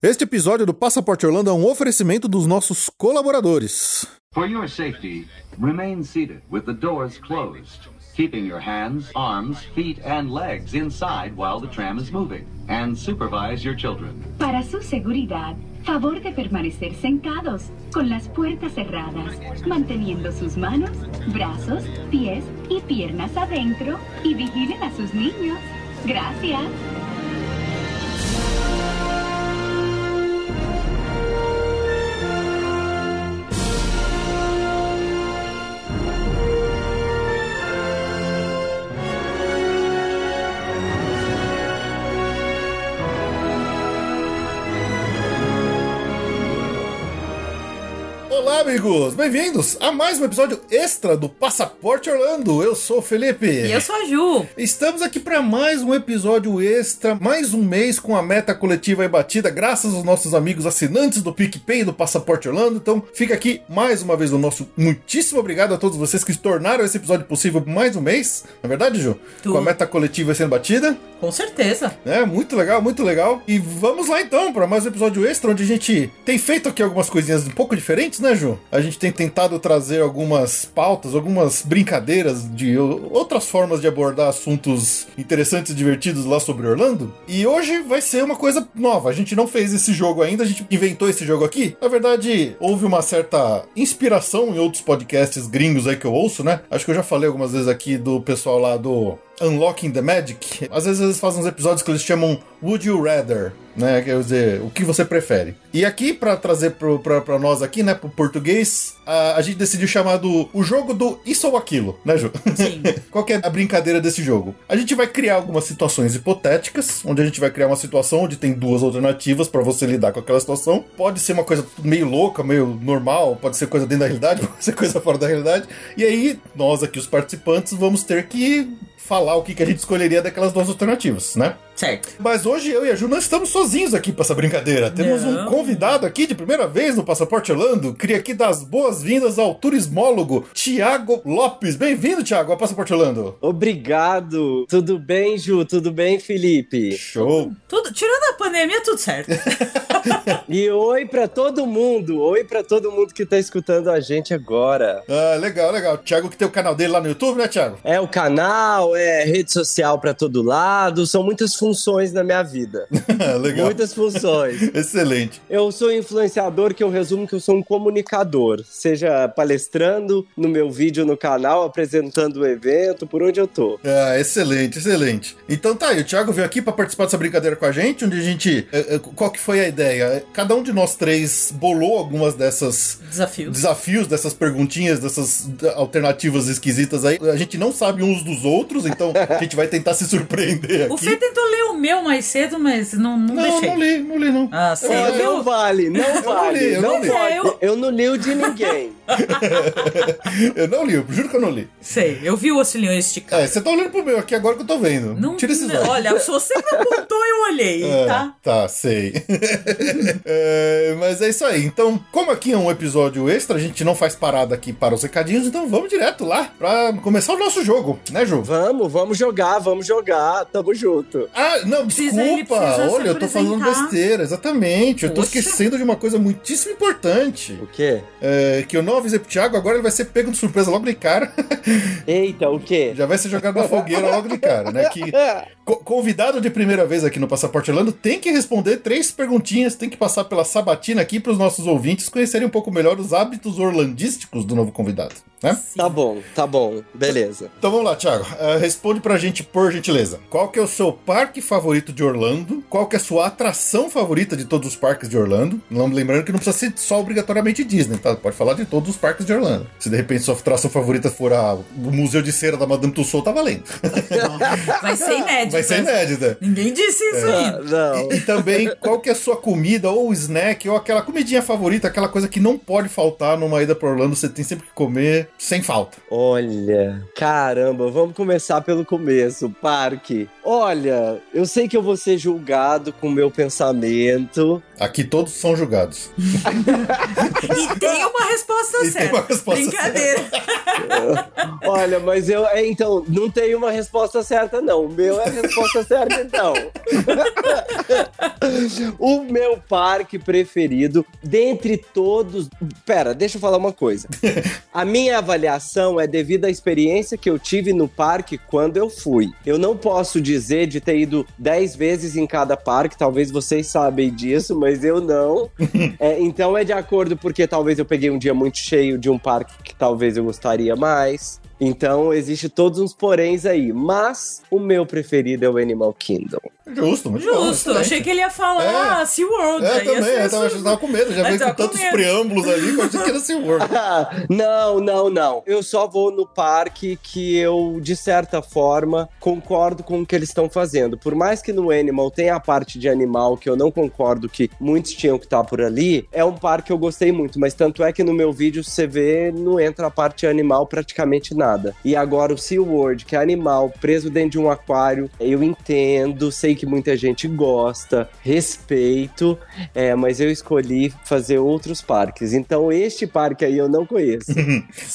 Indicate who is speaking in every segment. Speaker 1: Este episódio do Passaporte Orlando é um oferecimento dos nossos colaboradores.
Speaker 2: For your safety, remain seated with the doors closed, keeping your hands, arms, feet, and legs inside while the tram is moving, and supervise your children.
Speaker 3: Para su seguridad, favor de permanecer sentados con las puertas cerradas, manteniendo sus manos, brazos, pies y piernas adentro y vigilen a sus niños. Gracias.
Speaker 1: Olá, amigos! Bem-vindos a mais um episódio extra do Passaporte Orlando. Eu sou o Felipe.
Speaker 4: E eu sou a Ju.
Speaker 1: Estamos aqui para mais um episódio extra, mais um mês com a meta coletiva aí batida, graças aos nossos amigos assinantes do PicPay e do Passaporte Orlando. Então, fica aqui mais uma vez o nosso muitíssimo obrigado a todos vocês que tornaram esse episódio possível por mais um mês. Na verdade, Ju,
Speaker 4: Tu.
Speaker 1: com a meta coletiva sendo batida,
Speaker 4: Com certeza.
Speaker 1: né? Muito legal, muito legal. E vamos lá então para mais um episódio extra onde a gente tem feito aqui algumas coisinhas um pouco diferentes, né, Ju? A gente tem tentado trazer algumas pautas, algumas brincadeiras de o- outras formas de abordar assuntos interessantes e divertidos lá sobre Orlando. E hoje vai ser uma coisa nova. A gente não fez esse jogo ainda, a gente inventou esse jogo aqui. Na verdade, houve uma certa inspiração em outros podcasts gringos aí que eu ouço, né? Acho que eu já falei algumas vezes aqui do pessoal lá do Unlocking the Magic, às vezes eles fazem uns episódios que eles chamam Would You Rather, né? Quer dizer, o que você prefere. E aqui, pra trazer pro, pra, pra nós aqui, né, pro português, a, a gente decidiu chamar do o jogo do isso ou aquilo, né, Ju?
Speaker 4: Sim.
Speaker 1: Qual que é a brincadeira desse jogo? A gente vai criar algumas situações hipotéticas, onde a gente vai criar uma situação onde tem duas alternativas pra você lidar com aquela situação. Pode ser uma coisa meio louca, meio normal, pode ser coisa dentro da realidade, pode ser coisa fora da realidade. E aí, nós aqui, os participantes, vamos ter que falar o que, que a gente escolheria daquelas duas alternativas, né?
Speaker 4: certo.
Speaker 1: Mas hoje eu e a Ju não estamos sozinhos aqui pra essa brincadeira. Temos um
Speaker 4: Não.
Speaker 1: convidado aqui de primeira vez no Passaporte Orlando. Queria aqui dar as boas-vindas ao turismólogo Tiago Lopes. Bem-vindo, Tiago, ao Passaporte Orlando.
Speaker 5: Obrigado! Tudo bem, Ju? Tudo bem, Felipe?
Speaker 1: Show!
Speaker 4: Tudo, tirando a pandemia, tudo certo.
Speaker 5: E oi pra todo mundo! Oi pra todo mundo que tá escutando a gente agora.
Speaker 1: Ah, legal, legal. Tiago que tem o canal dele lá no YouTube, né, Tiago?
Speaker 5: É o canal, é rede social pra todo lado, são muitas funções na minha vida.
Speaker 1: legal.
Speaker 5: Muitas funções.
Speaker 1: Excelente.
Speaker 5: Eu sou influenciador, que eu resumo que eu sou um comunicador, seja palestrando no meu vídeo no canal, apresentando o evento, por onde eu tô.
Speaker 1: Ah, excelente, excelente. Então tá aí, o Thiago veio aqui pra participar dessa brincadeira com a gente, onde a gente. eh, eh, Qual que foi a ideia? Cada um de nós três bolou algumas dessas
Speaker 4: Desafios.
Speaker 1: desafios dessas perguntinhas, dessas d- alternativas esquisitas aí. A gente não sabe uns dos outros, então a gente vai tentar se surpreender aqui.
Speaker 4: O Fê tentou ler o meu mais cedo, mas não, não,
Speaker 1: não,
Speaker 4: deixei.
Speaker 1: não li, não li não.
Speaker 4: Ah, sim.
Speaker 1: Eu-
Speaker 5: não vale, não
Speaker 1: não
Speaker 5: vale.
Speaker 1: li, eu não li.
Speaker 5: pode.
Speaker 4: Eu-
Speaker 5: eu não li o de ninguém.
Speaker 1: Eu não li, eu juro que eu não li.
Speaker 4: Sei, eu vi o auxilião esticar.
Speaker 1: É, você tá olhando pro meu aqui agora que eu tô vendo.
Speaker 4: Não,
Speaker 1: Tira esses olhos.
Speaker 4: olha, se você me apontou, eu olhei,
Speaker 1: É,
Speaker 4: tá?
Speaker 1: sei. É, mas é isso aí. Então, como aqui é um episódio extra, a gente não faz parada aqui para os recadinhos, então vamos direto lá pra começar o nosso jogo, né, Ju?
Speaker 5: Vamos, vamos jogar, vamos jogar, tamo junto.
Speaker 1: Ah, não,
Speaker 4: Precisa- ele
Speaker 1: desculpa.
Speaker 4: precisa se
Speaker 1: Olha, eu tô falando
Speaker 4: apresentar.
Speaker 1: besteira, exatamente. Eu tô
Speaker 4: Poxa.
Speaker 1: esquecendo de uma coisa muitíssimo importante.
Speaker 5: O quê?
Speaker 1: É, que eu não avisei pro Thiago, agora ele vai ser pego de surpresa logo de cara.
Speaker 5: Eita, o quê?
Speaker 1: Já vai ser jogado na fogueira logo de cara, né? Que co- convidado de primeira vez aqui no Passaporte Orlando tem que responder três perguntinhas, tem que passar pela sabatina aqui pros nossos ouvintes conhecerem um pouco melhor os hábitos orlandísticos do novo convidado, né?
Speaker 4: Sim.
Speaker 5: Tá bom, tá bom, beleza.
Speaker 1: Então vamos lá, Thiago. Ah, responde pra gente, por gentileza. Qual que é o seu parque favorito de Orlando? Qual que é a sua atração favorita de todos os parques de Orlando? Não- Lembrando que não precisa ser só obrigatoriamente Disney, tá? Pode falar de todos os parques de Orlando. Se de repente sua atração favorita for a, o Museu de Cera da Madame Tussauds, tá valendo.
Speaker 4: Vai ser inédito.
Speaker 1: Vai ser É.
Speaker 4: essa.
Speaker 1: inédita.
Speaker 4: Ninguém disse isso
Speaker 5: Ah,
Speaker 4: ainda.
Speaker 5: não.
Speaker 1: E, e também, qual que é a sua comida ou snack ou aquela comidinha favorita, aquela coisa que não pode faltar numa ida pra Orlando, você tem sempre que comer sem falta.
Speaker 5: Olha, caramba, vamos começar pelo começo, parque. Olha, eu sei que eu vou ser julgado com o meu pensamento,
Speaker 1: Aqui todos são julgados.
Speaker 4: E tem uma resposta
Speaker 1: E tem
Speaker 4: certa.
Speaker 1: uma resposta
Speaker 4: Brincadeira.
Speaker 5: Olha, mas eu. é, então, não tem uma resposta certa, não. O meu é a resposta certa, então. o meu parque preferido, dentre todos. Pera, deixa eu falar uma coisa. A minha avaliação é devido à experiência que eu tive no parque quando eu fui. Eu não posso dizer de ter ido 10 vezes em cada parque, talvez vocês sabem disso, mas eu não. É, então é de acordo porque talvez eu peguei um dia muito cheio de um parque que talvez eu gostaria mais. Então existe todos uns poréns aí, mas o meu preferido é o Animal Kingdom.
Speaker 1: Justo, muito bom,
Speaker 4: Justo.
Speaker 1: excelente.
Speaker 4: Achei que ele ia falar
Speaker 1: É.
Speaker 4: ah, SeaWorld.
Speaker 1: É,
Speaker 4: aí ia
Speaker 1: também,
Speaker 4: ser assim.
Speaker 1: eu tava,
Speaker 4: isso.
Speaker 1: eu tava com medo, já
Speaker 4: Mas
Speaker 1: veio
Speaker 4: tava
Speaker 1: com
Speaker 4: com
Speaker 1: tantos
Speaker 4: medo.
Speaker 1: preâmbulos ali que eu achei que era assim, SeaWorld.
Speaker 5: Ah, não, não, não. Eu só vou no parque que eu, de certa forma, concordo com o que eles estão fazendo. Por mais que no Animal tenha a parte de animal que eu não concordo que muitos tinham que estar por ali, é um parque que eu gostei muito. Mas tanto é que no meu vídeo você vê, não entra a parte animal praticamente nada. E agora o SeaWorld, que é animal preso dentro de um aquário, eu entendo, sei que muita gente gosta, respeito, é, mas eu escolhi fazer outros parques. Então, este parque aí eu não conheço.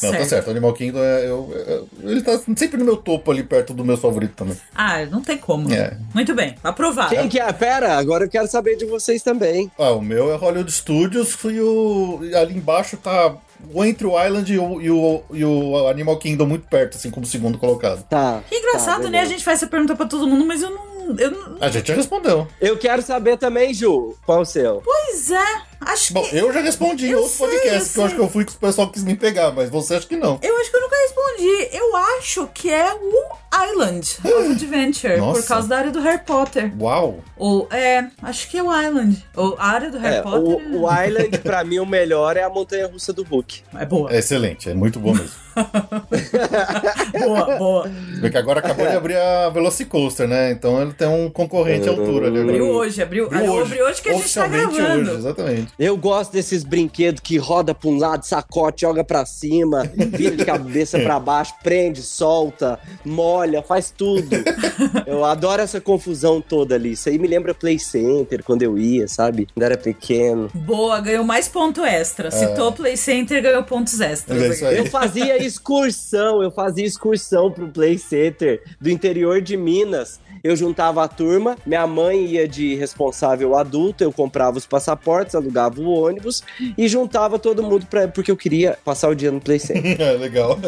Speaker 1: Não, tá certo, Animal Kingdom é, eu- eu- ele tá sempre no meu topo ali perto do meu favorito também.
Speaker 4: Ah, não tem como.
Speaker 1: É.
Speaker 4: Muito bem, aprovado.
Speaker 5: Quem que é? Pera, agora eu quero saber de vocês também.
Speaker 1: Ah, o meu é Hollywood Studios e o. e ali embaixo tá. o Entre o Island e o, e o- e o Animal Kingdom muito perto, assim, como segundo colocado.
Speaker 5: Tá.
Speaker 4: Que engraçado,
Speaker 5: tá,
Speaker 4: né? A
Speaker 5: beleza.
Speaker 4: gente faz essa pergunta pra todo mundo, mas eu não. Eu não...
Speaker 1: A gente já respondeu.
Speaker 5: Eu quero saber também, Ju, qual o seu?
Speaker 4: Pois é, acho
Speaker 1: Bom,
Speaker 4: que.
Speaker 1: eu já respondi em
Speaker 4: Eu
Speaker 1: outro
Speaker 4: sei, eu
Speaker 1: podcast, que
Speaker 4: sei.
Speaker 1: eu acho que eu fui que o pessoal quis me pegar, mas você acha que não.
Speaker 4: Eu acho que eu nunca respondi. Eu acho que é o Island of Adventure, por
Speaker 1: Nossa.
Speaker 4: causa da área do Harry Potter.
Speaker 1: Uau!
Speaker 4: Ou, é, acho que é o Island. Ou a área do Harry
Speaker 5: É,
Speaker 4: Potter.
Speaker 5: o, o Island, pra mim, o melhor é a montanha russa do Hulk.
Speaker 4: É boa.
Speaker 1: É excelente, é muito bom mesmo.
Speaker 4: Boa, boa.
Speaker 1: Porque agora acabou de abrir a Velocicoaster, né? Então ele tem um concorrente à
Speaker 4: É,
Speaker 1: altura ali
Speaker 4: Abriu
Speaker 1: agora.
Speaker 4: hoje, abriu, abriu hoje. que a gente tá
Speaker 1: Oficialmente
Speaker 4: gravando.
Speaker 1: hoje, exatamente.
Speaker 5: Eu gosto desses brinquedos que roda pra um lado, sacote, joga pra cima, vira de cabeça pra baixo, prende, solta, molha, faz tudo. Eu adoro essa confusão toda ali. Isso aí me lembra Play Center, quando eu ia, sabe? Quando era pequeno.
Speaker 4: Boa, ganhou mais ponto extra. Citou o Play Center, ganhou pontos extras.
Speaker 1: Mas é isso aí.
Speaker 5: Eu fazia excursão, eu fazia excursão pro Play Center do interior de Minas. Eu juntava a turma, minha mãe ia de responsável adulto, eu comprava os passaportes, alugava o ônibus e juntava todo mundo pra, porque eu queria passar o dia no Play Center.
Speaker 1: É, legal.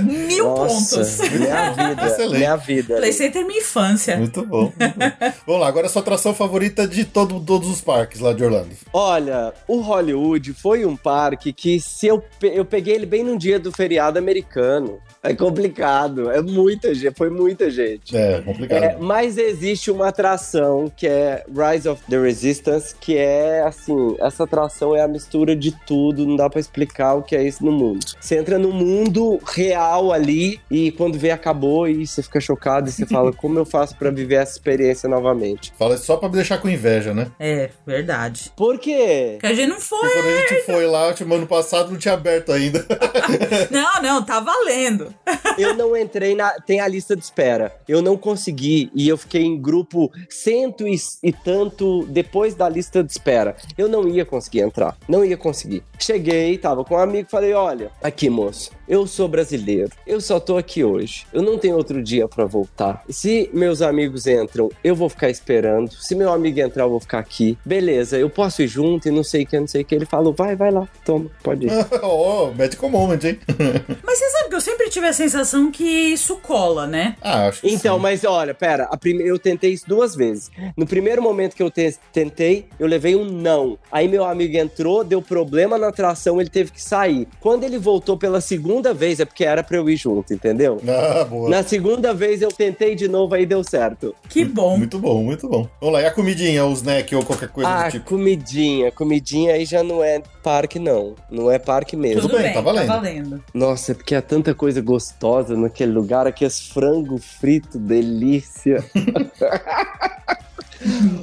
Speaker 4: Mil
Speaker 5: Nossa,
Speaker 4: pontos.
Speaker 5: minha vida,
Speaker 1: Excelente.
Speaker 5: minha vida.
Speaker 4: Play Center é minha infância.
Speaker 1: Muito bom. muito bom. Vamos lá, agora a sua atração favorita de todo- todos os parques lá de Orlando.
Speaker 5: Olha, o Hollywood foi um parque que se eu, pe- eu peguei ele bem no dia do feriado americano. É complicado, é muita gente, foi muita gente.
Speaker 1: É,
Speaker 5: É,
Speaker 1: complicado.
Speaker 5: mas existe uma atração que é Rise of the Resistance, que é assim, essa atração é a mistura de tudo, não dá pra explicar o que é isso no mundo. Você entra no mundo real ali e quando vê acabou e você fica chocado e você fala como eu faço pra viver essa experiência novamente.
Speaker 1: Fala isso só pra me deixar com inveja, né?
Speaker 4: É, verdade.
Speaker 5: Por quê?
Speaker 4: Que a gente não
Speaker 1: Porque
Speaker 4: foi.
Speaker 1: quando a gente foi lá, tipo, ano passado não tinha aberto ainda.
Speaker 4: Não, não, tá valendo.
Speaker 5: Eu não entrei na. Tem a lista de espera. Eu não consegui e eu fiquei em grupo cento e, e tanto depois da lista de espera. Eu não ia conseguir entrar. Não ia conseguir. Cheguei, tava com um amigo, falei: olha, aqui, moço, eu sou brasileiro. Eu só tô aqui hoje. Eu não tenho outro dia pra voltar. Se meus amigos entram, eu vou ficar esperando. Se meu amigo entrar, eu vou ficar aqui. Beleza, eu posso ir junto e não sei o que, não sei o que. Ele falou: vai, vai lá, toma, pode ir.
Speaker 1: oh, medical moment, hein?
Speaker 4: Mas você sabe que eu sempre tive a sensação que isso cola, né?
Speaker 1: Ah, acho que
Speaker 5: Então,
Speaker 1: sim.
Speaker 5: mas olha, pera, a prime- eu tentei isso duas vezes. No primeiro momento que eu te- tentei, eu levei um não. Aí meu amigo entrou, deu problema na tração, ele teve que sair. Quando ele voltou pela segunda vez, é porque era pra eu ir junto, entendeu?
Speaker 1: Ah, boa.
Speaker 5: Na segunda vez eu tentei de novo, aí deu certo.
Speaker 4: Que bom.
Speaker 1: Muito bom, muito bom. Vamos lá, e a comidinha, o snack ou qualquer coisa
Speaker 5: ah,
Speaker 1: do tipo?
Speaker 5: comidinha, comidinha aí já não é parque, não. Não é parque mesmo.
Speaker 1: Tudo bem, tá valendo.
Speaker 5: Nossa, é porque há tanta coisa gostosa naquele lugar, aqueles frango frito, delícia.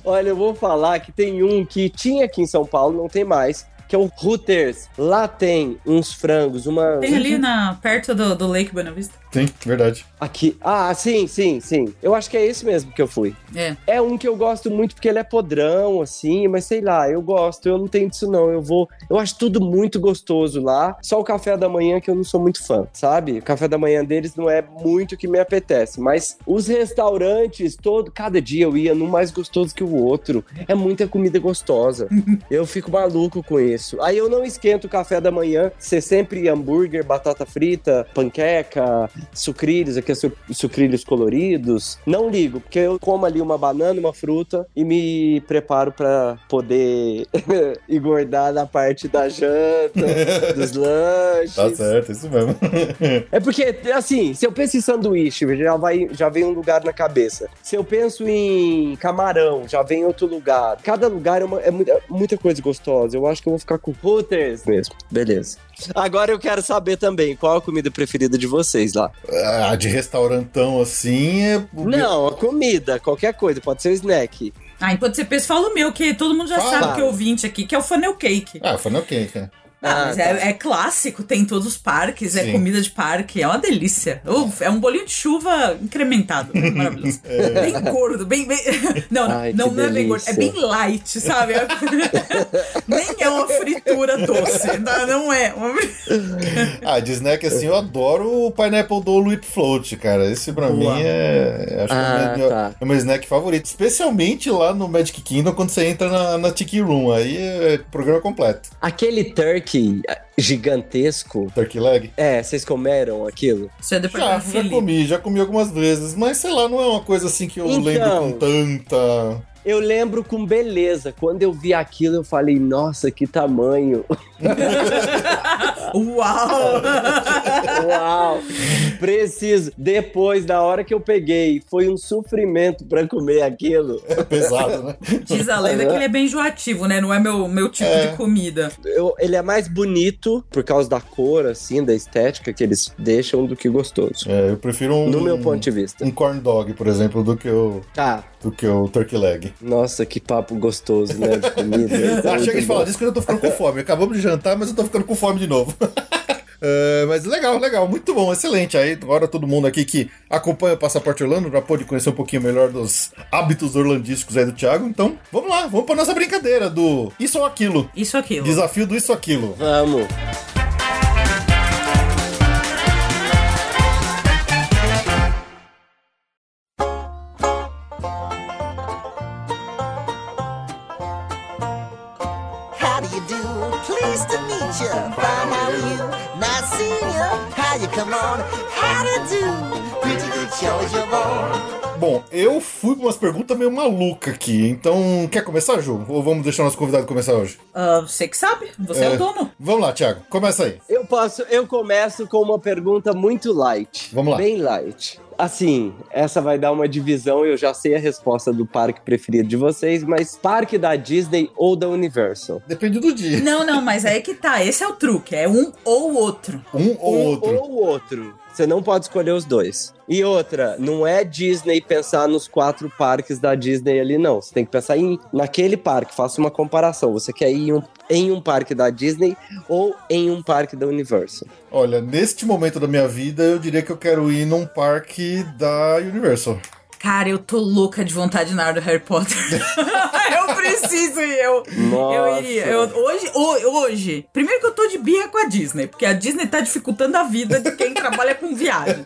Speaker 5: Olha, eu vou falar que tem um que tinha aqui em São Paulo, não tem mais, que que é o Hooters. Lá tem uns frangos, uma.
Speaker 4: Tem ali na, perto do, do Lake Buena Vista.
Speaker 1: Tem, verdade.
Speaker 5: Aqui. Ah, sim, sim, sim. Eu acho que é esse mesmo que eu fui.
Speaker 4: É.
Speaker 5: É um que eu gosto muito porque ele é podrão, assim, mas sei lá, eu gosto, eu não tenho disso não. Eu vou. Eu acho tudo muito gostoso lá. Só o café da manhã que eu não sou muito fã, sabe? O café da manhã deles não é muito o que me apetece. Mas os restaurantes, todo, cada dia eu ia num mais gostoso que o outro. É muita comida gostosa. eu fico maluco com isso. Aí eu não esquento o café da manhã, ser sempre hambúrguer, batata frita, panqueca, sucrilhos, aqui é su- sucrilhos coloridos. Não ligo, porque eu como ali uma banana, uma fruta e me preparo pra poder engordar na parte da janta, dos lanches.
Speaker 1: Tá certo, isso mesmo.
Speaker 5: É porque, assim, se eu penso em sanduíche, já, vai, já vem um lugar na cabeça. Se eu penso em camarão, já vem outro lugar. Cada lugar é, uma- é muita, muita coisa gostosa. Eu acho que eu vou ficar com Hooters mesmo. Beleza. Agora eu quero saber também qual a comida preferida de vocês lá.
Speaker 1: ah, de restaurantão assim é.
Speaker 5: Não, a comida, qualquer coisa, pode ser um snack.
Speaker 4: Ah, enquanto você pensa, fala o meu, que todo mundo já
Speaker 1: Fala.
Speaker 4: sabe que é ouvinte aqui, que é o funnel cake.
Speaker 1: Ah, funnel cake, né?
Speaker 4: Ah, mas
Speaker 5: tá.
Speaker 4: é, é clássico, tem em todos os parques, é
Speaker 1: Sim.
Speaker 4: comida de parque, é uma delícia. Uf, é um bolinho de chuva incrementado, né? maravilhoso. Bem gordo, bem. bem- Não,
Speaker 5: Ai, que
Speaker 4: não, não é bem gordo, é
Speaker 5: delícia.
Speaker 4: bem light, sabe? É- Nem é uma fritura doce, tá? não é. Uma...
Speaker 1: Ah, de snack assim, eu adoro o pineapple do Whip Float, cara. Esse pra mim é. Acho
Speaker 5: Ah,
Speaker 1: que é o meu,
Speaker 5: tá.
Speaker 1: é o meu snack favorito. Especialmente lá no Magic Kingdom, quando você entra na, na Tiki Room. Aí é programa completo.
Speaker 5: Aquele turkey ah, gigantesco.
Speaker 1: Turkey Leg.
Speaker 5: É, vocês comeram aquilo?
Speaker 4: Isso é depois
Speaker 1: Já,
Speaker 4: do
Speaker 1: já
Speaker 4: Felipe.
Speaker 1: comi, já comi algumas vezes, mas sei lá, não é uma coisa assim que eu
Speaker 5: Então.
Speaker 1: lembro com tanta.
Speaker 5: Eu lembro com beleza. Quando eu vi aquilo, eu falei, nossa, que tamanho.
Speaker 4: Uau!
Speaker 5: Uau! Preciso. Depois, da hora que eu peguei, foi um sofrimento pra comer aquilo.
Speaker 1: É pesado, né?
Speaker 4: Diz a lenda que ele é bem enjoativo, né? Não é meu, meu tipo
Speaker 1: É.
Speaker 4: de comida.
Speaker 5: Eu- ele é mais bonito por causa da cor, assim, da estética que eles deixam do que gostoso.
Speaker 1: É, eu prefiro um.
Speaker 5: No meu ponto de vista.
Speaker 1: Um corn dog, por exemplo, do que o,
Speaker 5: Tá.
Speaker 1: do que o turkey leg.
Speaker 5: Nossa, que papo gostoso, né? De comida. Isso é
Speaker 1: Ah, chega
Speaker 5: muito
Speaker 1: de falar
Speaker 5: bom.
Speaker 1: disso que eu já tô ficando com fome. Acabamos de jantar, mas eu tô ficando com fome de novo. É, mas legal, legal, muito bom, excelente. Aí agora todo mundo aqui que acompanha o Passaporte Orlando já pôde conhecer um pouquinho melhor dos hábitos orlandísticos aí do Thiago. Então, vamos lá, vamos pra nossa brincadeira do Isso ou Aquilo.
Speaker 4: Isso aquilo.
Speaker 1: Desafio do Isso ou Aquilo.
Speaker 5: Vamos.
Speaker 6: How do you do? Pleased to meet you. Fine, how are you? Nice seeing you. How you come on? How to do? Pretty good show as you're born.
Speaker 1: Bom, eu fui pra umas perguntas meio maluca aqui. Então, quer começar, Ju? Ou vamos deixar nosso convidado começar hoje?
Speaker 4: Ah, você que sabe, você é,
Speaker 1: É.
Speaker 4: o dono.
Speaker 1: Vamos lá, Thiago, começa aí.
Speaker 5: Eu posso, eu começo com uma pergunta muito light.
Speaker 1: Vamos lá.
Speaker 5: Bem light. Assim, essa vai dar uma divisão, eu já sei a resposta do parque preferido de vocês, mas parque da Disney ou da Universal?
Speaker 1: Depende do dia.
Speaker 4: Não, não, mas aí que tá. Esse é o truque. É um ou outro.
Speaker 1: Um ou
Speaker 5: um
Speaker 1: outro.
Speaker 5: ou outro. Você não pode escolher os dois. E outra, não é Disney pensar nos quatro parques da Disney ali, não. Você tem que pensar em, naquele parque. Faça uma comparação. Você quer ir em um, em um parque da Disney ou em um parque da Universal?
Speaker 1: Olha, neste momento da minha vida, eu diria que eu quero ir num parque da Universal.
Speaker 4: Cara, eu tô louca de vontade na área do Harry Potter. eu preciso ir, eu. Eu
Speaker 5: Nossa.
Speaker 4: iria. Eu- hoje, ho- hoje, primeiro que eu tô de birra com a Disney, porque a Disney tá dificultando a vida de quem trabalha com viagem.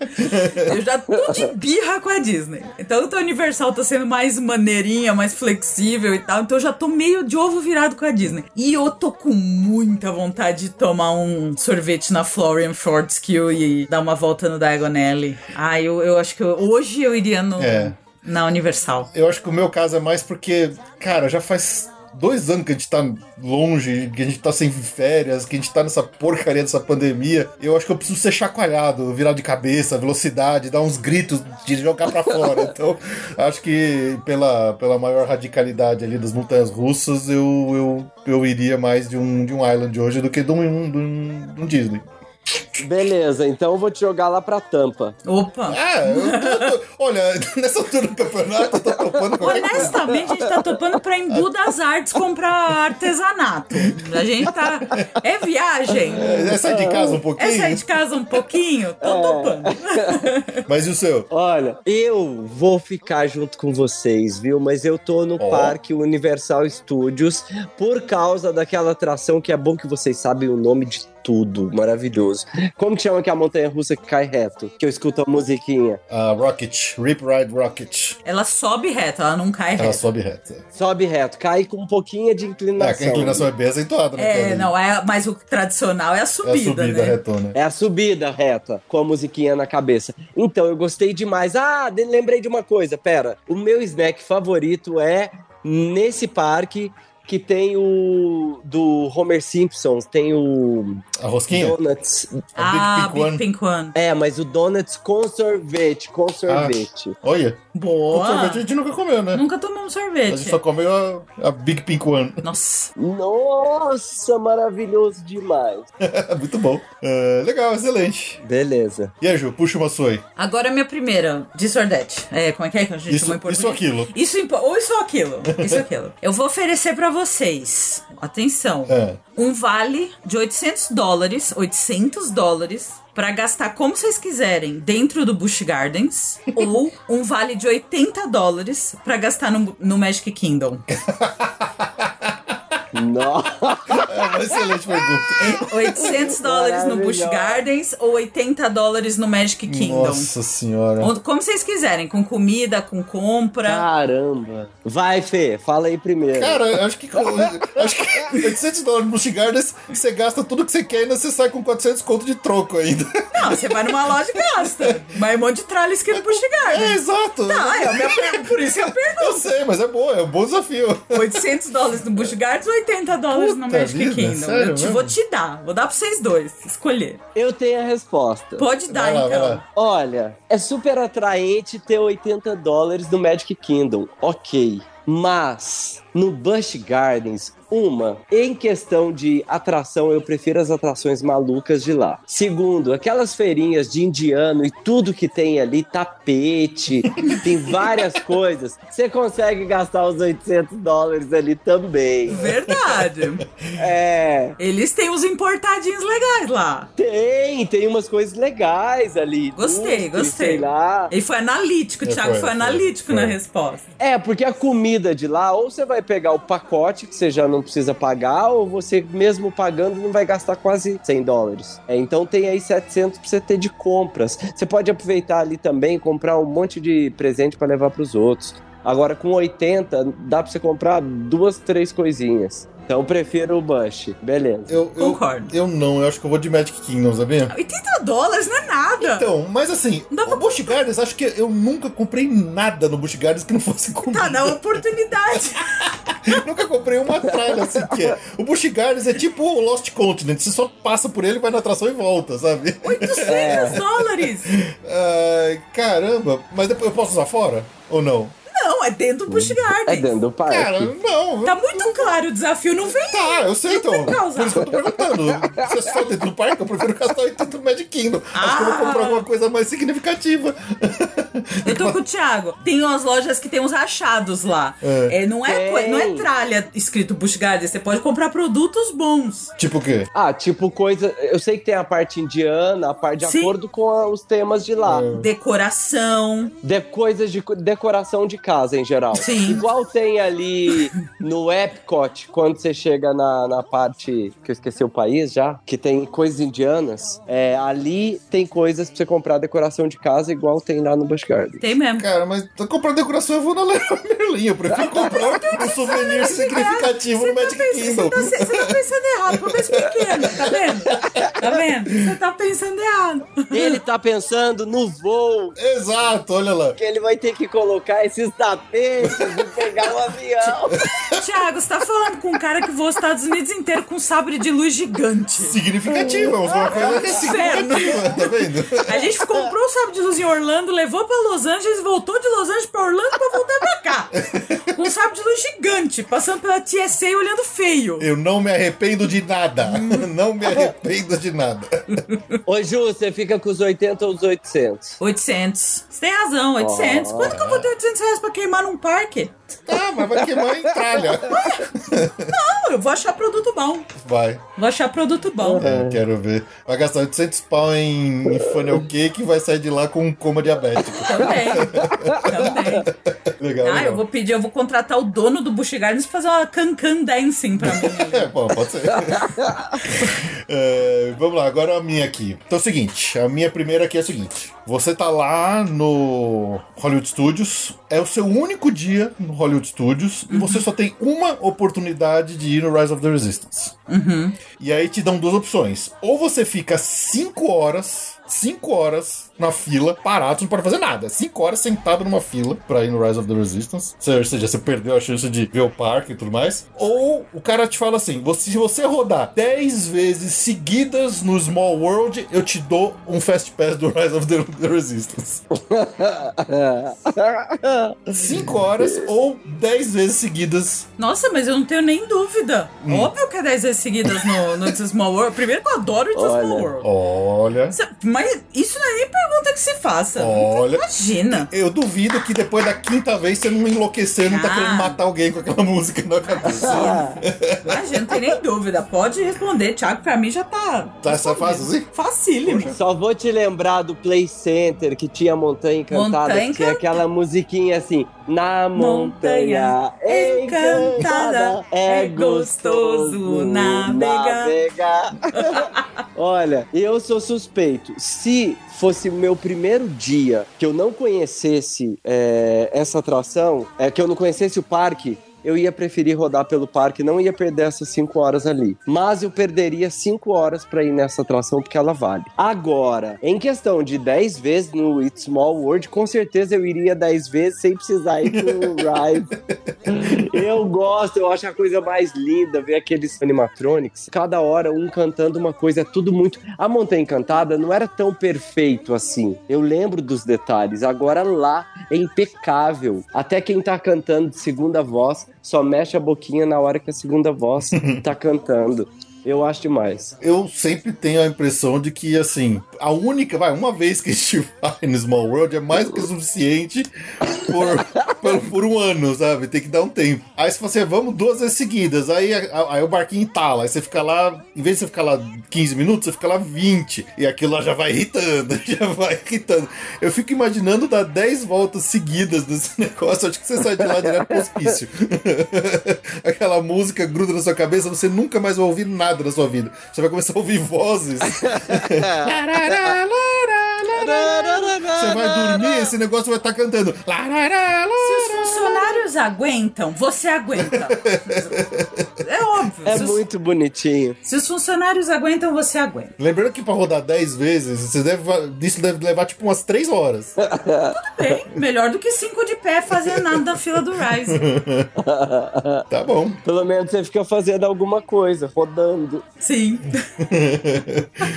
Speaker 4: Eu já tô de birra com a Disney. Então a Universal tá sendo mais maneirinha, mais flexível e tal. Então eu já tô meio de ovo virado com a Disney. E eu tô com muita vontade de tomar um sorvete na Florian Fortescue e dar uma volta no Diagon Alley. Ah, eu, eu acho que eu- hoje eu iria no,
Speaker 1: É.
Speaker 4: na Universal.
Speaker 1: Eu acho que o meu caso é mais porque, cara, já faz dois anos que a gente tá longe, que a gente tá sem férias, que a gente tá nessa porcaria dessa pandemia. Eu acho que eu preciso ser chacoalhado, virar de cabeça, velocidade, dar uns gritos de jogar pra fora. Então, acho que pela, pela maior radicalidade ali das montanhas russas, eu, eu, eu iria mais de um, de um Island hoje do que de um, de um, de um Disney.
Speaker 5: Beleza, então eu vou te jogar lá pra tampa.
Speaker 4: Opa!
Speaker 1: Ah, eu tô- eu tô- Olha, nessa altura do campeonato, eu tô topando qualquer coisa.
Speaker 4: Honestamente, a gente tá topando pra Embu das Artes comprar artesanato. A gente tá. É viagem.
Speaker 1: É, é sair de casa um pouquinho.
Speaker 4: É sair de casa um pouquinho? Tô topando.
Speaker 1: Mas e o seu?
Speaker 5: Olha, eu vou ficar junto com vocês, viu? Mas eu tô no
Speaker 1: Ó.
Speaker 5: Parque Universal Studios por causa daquela atração que é bom que vocês sabem o nome de tudo. Maravilhoso. Como que chama que é a montanha russa que cai reto? Que eu escuto a musiquinha.
Speaker 1: A Rocket, Rip Ride Rocket.
Speaker 4: Ela sobe reto, ela não cai
Speaker 1: Ela
Speaker 4: reto.
Speaker 1: sobe reta.
Speaker 5: Sobe reto, cai com um pouquinho de
Speaker 1: Ah,
Speaker 5: inclinação.
Speaker 1: que a inclinação é bem acentuada, né?
Speaker 4: É,
Speaker 1: cara?
Speaker 4: não, é, mas o tradicional é a
Speaker 1: É a
Speaker 4: subida,
Speaker 1: subida
Speaker 4: né?
Speaker 1: retona.
Speaker 5: É a subida reta, com a musiquinha na cabeça. Então, eu gostei demais. Ah, de- lembrei de uma coisa, pera. O meu snack favorito é nesse parque que tem o do Homer Simpson, tem o
Speaker 1: A rosquinha?
Speaker 5: Donuts.
Speaker 1: A
Speaker 4: Ah,
Speaker 1: É Big Pink
Speaker 4: Big
Speaker 1: One.
Speaker 4: Pink One.
Speaker 5: É, mas o Donuts com sorvete, com sorvete.
Speaker 1: Ah, Olha, com
Speaker 4: Boa.
Speaker 1: sorvete a gente nunca comeu, né?
Speaker 4: Nunca tomamos
Speaker 1: A
Speaker 4: sorvete.
Speaker 1: gente só comeu a, a Big Pink One.
Speaker 4: Nossa.
Speaker 5: Nossa, maravilhoso demais.
Speaker 1: Muito bom. É, legal, excelente.
Speaker 5: Beleza.
Speaker 1: E aí, Ju, puxa uma sua aí.
Speaker 4: Agora a minha primeira, de sordete. É, como é que é que a gente
Speaker 1: Isso,
Speaker 4: chama em português?
Speaker 1: isso ou aquilo.
Speaker 4: Isso em po- ou isso ou aquilo. Isso ou aquilo. Eu vou oferecer pra vocês, atenção,
Speaker 1: É.
Speaker 4: um vale de 800 dólares, 800 dólares, pra gastar como vocês quiserem dentro do Busch Gardens, ou um vale de 80 dólares pra gastar no, no Magic Kingdom.
Speaker 5: Nossa.
Speaker 1: É uma excelente pergunta.
Speaker 4: 800 dólares no Busch
Speaker 5: Maravilhosa.
Speaker 4: Gardens ou 80 dólares no Magic Kingdom.
Speaker 1: Nossa senhora.
Speaker 4: Ou- Como vocês quiserem, com comida, com compra.
Speaker 5: Caramba. Vai, Fê, fala aí primeiro.
Speaker 1: Cara, acho que, com- acho que 800 dólares no Cigardas, você gasta tudo que você quer e ainda você sai com 400 conto de troco ainda.
Speaker 4: Não, você vai numa loja e gasta. Mas um monte de tralha escrito Busch
Speaker 1: É,
Speaker 4: Gardens.
Speaker 1: exato.
Speaker 4: Ah, eu me apre- por isso eu pergunto.
Speaker 1: Eu sei, mas é bom, é um bom desafio.
Speaker 4: 800 dólares no Busch Gardens ou 80 dólares no
Speaker 1: Puta
Speaker 4: Magic
Speaker 1: vida,
Speaker 4: Kingdom?
Speaker 1: sério
Speaker 4: eu te,
Speaker 1: mesmo?
Speaker 4: vou te dar. Vou dar pra vocês dois. Escolher.
Speaker 5: Eu tenho a resposta.
Speaker 4: Pode dar,
Speaker 1: Vai lá, vai
Speaker 4: então.
Speaker 1: lá.
Speaker 5: Olha, é super atraente ter 80 dólares no Magic Kingdom, ok. Mas no Busch Gardens, uma, em questão de atração, eu prefiro as atrações malucas de lá. Segundo, aquelas feirinhas de indiano e tudo que tem ali, tapete, tem várias coisas. Você consegue gastar os 800 dólares ali também.
Speaker 4: Verdade.
Speaker 5: É,
Speaker 4: Eles têm uns importadinhos legais lá.
Speaker 5: tem, tem umas coisas legais ali.
Speaker 4: Gostei,
Speaker 5: lustre,
Speaker 4: gostei.
Speaker 5: Sei lá.
Speaker 4: Ele foi analítico, o
Speaker 1: É,
Speaker 4: Thiago
Speaker 1: foi, foi,
Speaker 4: foi, analítico
Speaker 1: foi.
Speaker 4: na resposta.
Speaker 5: É, porque a comida de lá, ou você vai pegar o pacote que você já não precisa pagar, ou você mesmo pagando não vai gastar quase 100 dólares. É, então tem aí 700 pra você ter de compras. Você pode aproveitar ali também, comprar um monte de presente pra levar pros outros. Agora com 80 dá pra você comprar duas, três coisinhas. Então eu prefiro o Bush. Beleza.
Speaker 1: Eu, eu-
Speaker 4: Concordo.
Speaker 1: Eu não, eu acho que eu vou de Magic Kingdom, sabia?
Speaker 4: 80 dólares não é nada.
Speaker 1: Então, mas assim,
Speaker 4: Dá pra-
Speaker 1: o Busch Gardens, acho que eu nunca comprei nada no Busch Gardens que não fosse comida.
Speaker 4: Tá na oportunidade.
Speaker 1: Nunca comprei uma tralha assim que é. O Busch Gardens é tipo o Lost Continent, você só passa por ele, vai na atração e volta, sabe?
Speaker 4: 800
Speaker 1: É.
Speaker 5: É,
Speaker 4: dólares.
Speaker 1: Ai, caramba, mas depois eu posso usar fora? Ou não?
Speaker 4: Não, é dentro do Busch
Speaker 5: É
Speaker 4: Gardens.
Speaker 5: dentro do parque.
Speaker 1: Cara, não.
Speaker 4: Tá muito claro o desafio, não vem.
Speaker 1: Tá, eu sei então.
Speaker 4: Por
Speaker 1: Por
Speaker 4: causa.
Speaker 1: isso que eu tô perguntando. Se é só dentro do parque, eu prefiro gastar 80 no Magic Kingdom. Acho que eu
Speaker 4: Ah!
Speaker 1: vou comprar alguma coisa mais significativa.
Speaker 4: Eu tô com o Thiago. Tem umas lojas que tem uns achados lá. É. não, é,
Speaker 5: Tem.
Speaker 4: coi- não é tralha escrito Busch Gardens. Você pode comprar produtos bons.
Speaker 1: Tipo o quê?
Speaker 5: Ah, tipo coisa. Eu sei que tem a parte indiana, a parte de
Speaker 4: Sim.
Speaker 5: acordo com a- os temas de lá.
Speaker 4: É. Decoração.
Speaker 5: de coisas de co- decoração de casa em geral.
Speaker 4: Sim.
Speaker 5: Igual tem ali no Epcot, quando você chega na, na parte que eu esqueci o país já, que tem coisas indianas. É, ali tem coisas pra você comprar decoração de casa, igual tem lá no Busch Garden.
Speaker 4: Tem mesmo.
Speaker 1: Cara, mas pra comprar decoração eu vou na Leroy Merlin. Eu prefiro comprar um souvenir significativo no Magic
Speaker 4: Você
Speaker 1: Kingdom.
Speaker 4: tá, pe- você tá pensando errado, começo pequeno, tá vendo? Tá vendo? Você tá pensando errado.
Speaker 5: Ele tá pensando no voo.
Speaker 1: Exato, olha lá.
Speaker 5: Que ele vai ter que colocar esses tapetes e pegar o avião.
Speaker 4: Thiago, você tá falando com um cara que voa os Estados Unidos inteiro com um sabre de luz gigante.
Speaker 1: Significativo, é
Speaker 4: Ah,
Speaker 1: uma coisa que é
Speaker 4: Inferno.
Speaker 1: significativa, tá vendo?
Speaker 4: A gente comprou o sabre de luz em Orlando, levou pra Los Angeles, voltou de Los Angeles pra Orlando pra voltar pra cá. Com um sabre de luz gigante, passando pela TSA e olhando feio. Hum.
Speaker 1: Eu não me arrependo de nada. Não me arrependo de nada.
Speaker 5: Ô, Ju, você fica com os 80 ou os 800?
Speaker 4: 800. Você tem razão, 800. Quanto que eu vou ter 800 reais pra queimar num parque?
Speaker 1: Ah, mas vai queimar em tralha.
Speaker 4: Não, eu vou achar produto bom.
Speaker 1: Vai.
Speaker 4: Vou achar produto bom.
Speaker 1: É, quero ver. Vai gastar 800 pau em, em funnel cake e vai sair de lá com um coma diabético.
Speaker 4: Também. Também.
Speaker 1: Legal.
Speaker 4: Ah,
Speaker 1: É legal.
Speaker 4: eu vou pedir, eu vou contratar o dono do Busch Gardens pra fazer uma cancan dancing pra mim.
Speaker 1: É, bom, pode ser. É, vamos lá, agora a minha aqui. Então é o seguinte, a minha primeira aqui é o seguinte. Você tá lá no Hollywood Studios, é o seu único dia no Hollywood Studios, e você só tem uma oportunidade de ir no Rise of the Resistance. E aí te dão duas opções. Ou você fica 5 horas, 5 horas na fila, parado, você não pode fazer nada. 5 horas sentado numa fila pra ir no Rise of the Resistance. Ou seja, você perdeu a chance de ver o parque e tudo mais. Ou o cara te fala assim: você- se você rodar 10 vezes seguidas no Small World, eu te dou um Fast Pass do Rise of the, the Resistance. 5 horas ou 10 vezes seguidas.
Speaker 4: Nossa, mas eu não tenho nem dúvida.
Speaker 1: Hum.
Speaker 4: Óbvio que é 10 vezes seguidas no, no It's a Small World. Primeiro que eu adoro It's a Small
Speaker 5: Olha.
Speaker 4: World.
Speaker 1: Olha.
Speaker 4: Cê- Mas isso não é nem pergunta que se faça.
Speaker 1: Olha.
Speaker 4: Imagina.
Speaker 1: Eu duvido que depois da quinta vez você não enlouqueceu e não tá
Speaker 4: Ah.
Speaker 1: querendo matar alguém com aquela música na cabeça.
Speaker 4: Imagina, não tem nem dúvida. Pode responder, Thiago. Pra mim já tá.
Speaker 1: Tá essa fase assim?
Speaker 4: Facílimo.
Speaker 5: Só vou te lembrar do Play Center que tinha Montanha Encantada,
Speaker 4: Montanha
Speaker 5: que tinha
Speaker 4: Encantada.
Speaker 5: aquela musiquinha assim, na montanha,
Speaker 4: Montanha
Speaker 5: encantada,
Speaker 4: encantada, é
Speaker 5: é
Speaker 4: gostoso
Speaker 5: gostoso
Speaker 4: navegar.
Speaker 5: navegar. Olha, eu sou suspeito. Se fosse o meu primeiro dia que eu não conhecesse é, essa atração, é que eu não conhecesse o parque, eu ia preferir rodar pelo parque, não ia perder essas 5 horas ali. Mas eu perderia 5 horas pra ir nessa atração, porque ela vale. Agora, em questão de 10 vezes no It's Small World, com certeza eu iria 10 vezes sem precisar ir pro Rise. Eu gosto, eu acho a coisa mais linda ver aqueles animatronics. Cada hora um cantando uma coisa, é tudo muito. A Montanha Encantada não era tão perfeito assim. Eu lembro dos detalhes. Agora lá é impecável. Até quem tá cantando de segunda voz só mexe a boquinha na hora que a segunda voz tá cantando. Eu acho demais.
Speaker 1: Eu sempre tenho a impressão de que, assim, a única, vai, uma vez que a gente vai no Small World é mais que suficiente por, por, por um ano, sabe? Tem que dar um tempo. Aí você fala assim, vamos duas vezes seguidas. Aí, a- aí o barquinho entala. Aí você fica lá, em vez de você ficar lá 15 minutos, você fica lá 20. E aquilo lá já vai irritando, já vai irritando. Eu fico imaginando dar 10 voltas seguidas nesse negócio. Acho que você sai de lá direto pro hospício. Aquela música gruda na sua cabeça, você nunca mais vai ouvir nada na sua vida. Você vai começar a ouvir vozes. Você vai dormir, esse negócio vai estar cantando.
Speaker 4: Se os funcionários aguentam, você aguenta. É óbvio.
Speaker 5: É
Speaker 4: se, os-
Speaker 5: muito bonitinho.
Speaker 4: se os funcionários aguentam, você aguenta.
Speaker 1: Lembrando que pra rodar 10 vezes, você deve, isso deve levar tipo umas 3 horas.
Speaker 4: Bem, melhor do que cinco de pé fazendo nada na fila do Rise.
Speaker 1: Tá bom.
Speaker 5: Pelo menos você fica fazendo alguma coisa, rodando.
Speaker 4: Sim.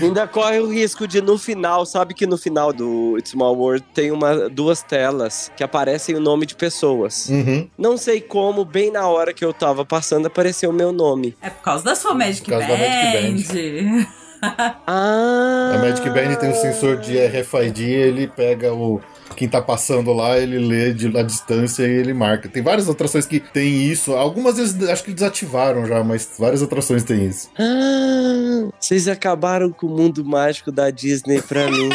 Speaker 5: Ainda corre o risco de no final, sabe que no final do It's Small World tem uma, duas telas que aparecem o nome de pessoas.
Speaker 1: Uhum.
Speaker 5: Não sei como, bem na hora que eu tava passando, apareceu o meu nome.
Speaker 4: É por causa da sua Magic
Speaker 1: causa da Magic
Speaker 4: Band.
Speaker 5: Ah!
Speaker 1: A Magic Band tem um sensor de RFID, ele pega o. Quem tá passando lá, ele lê de a distância e ele marca. Tem várias atrações que tem isso. Algumas vezes acho que desativaram já, mas várias atrações tem isso.
Speaker 5: Ah, vocês acabaram com o mundo mágico da Disney pra mim.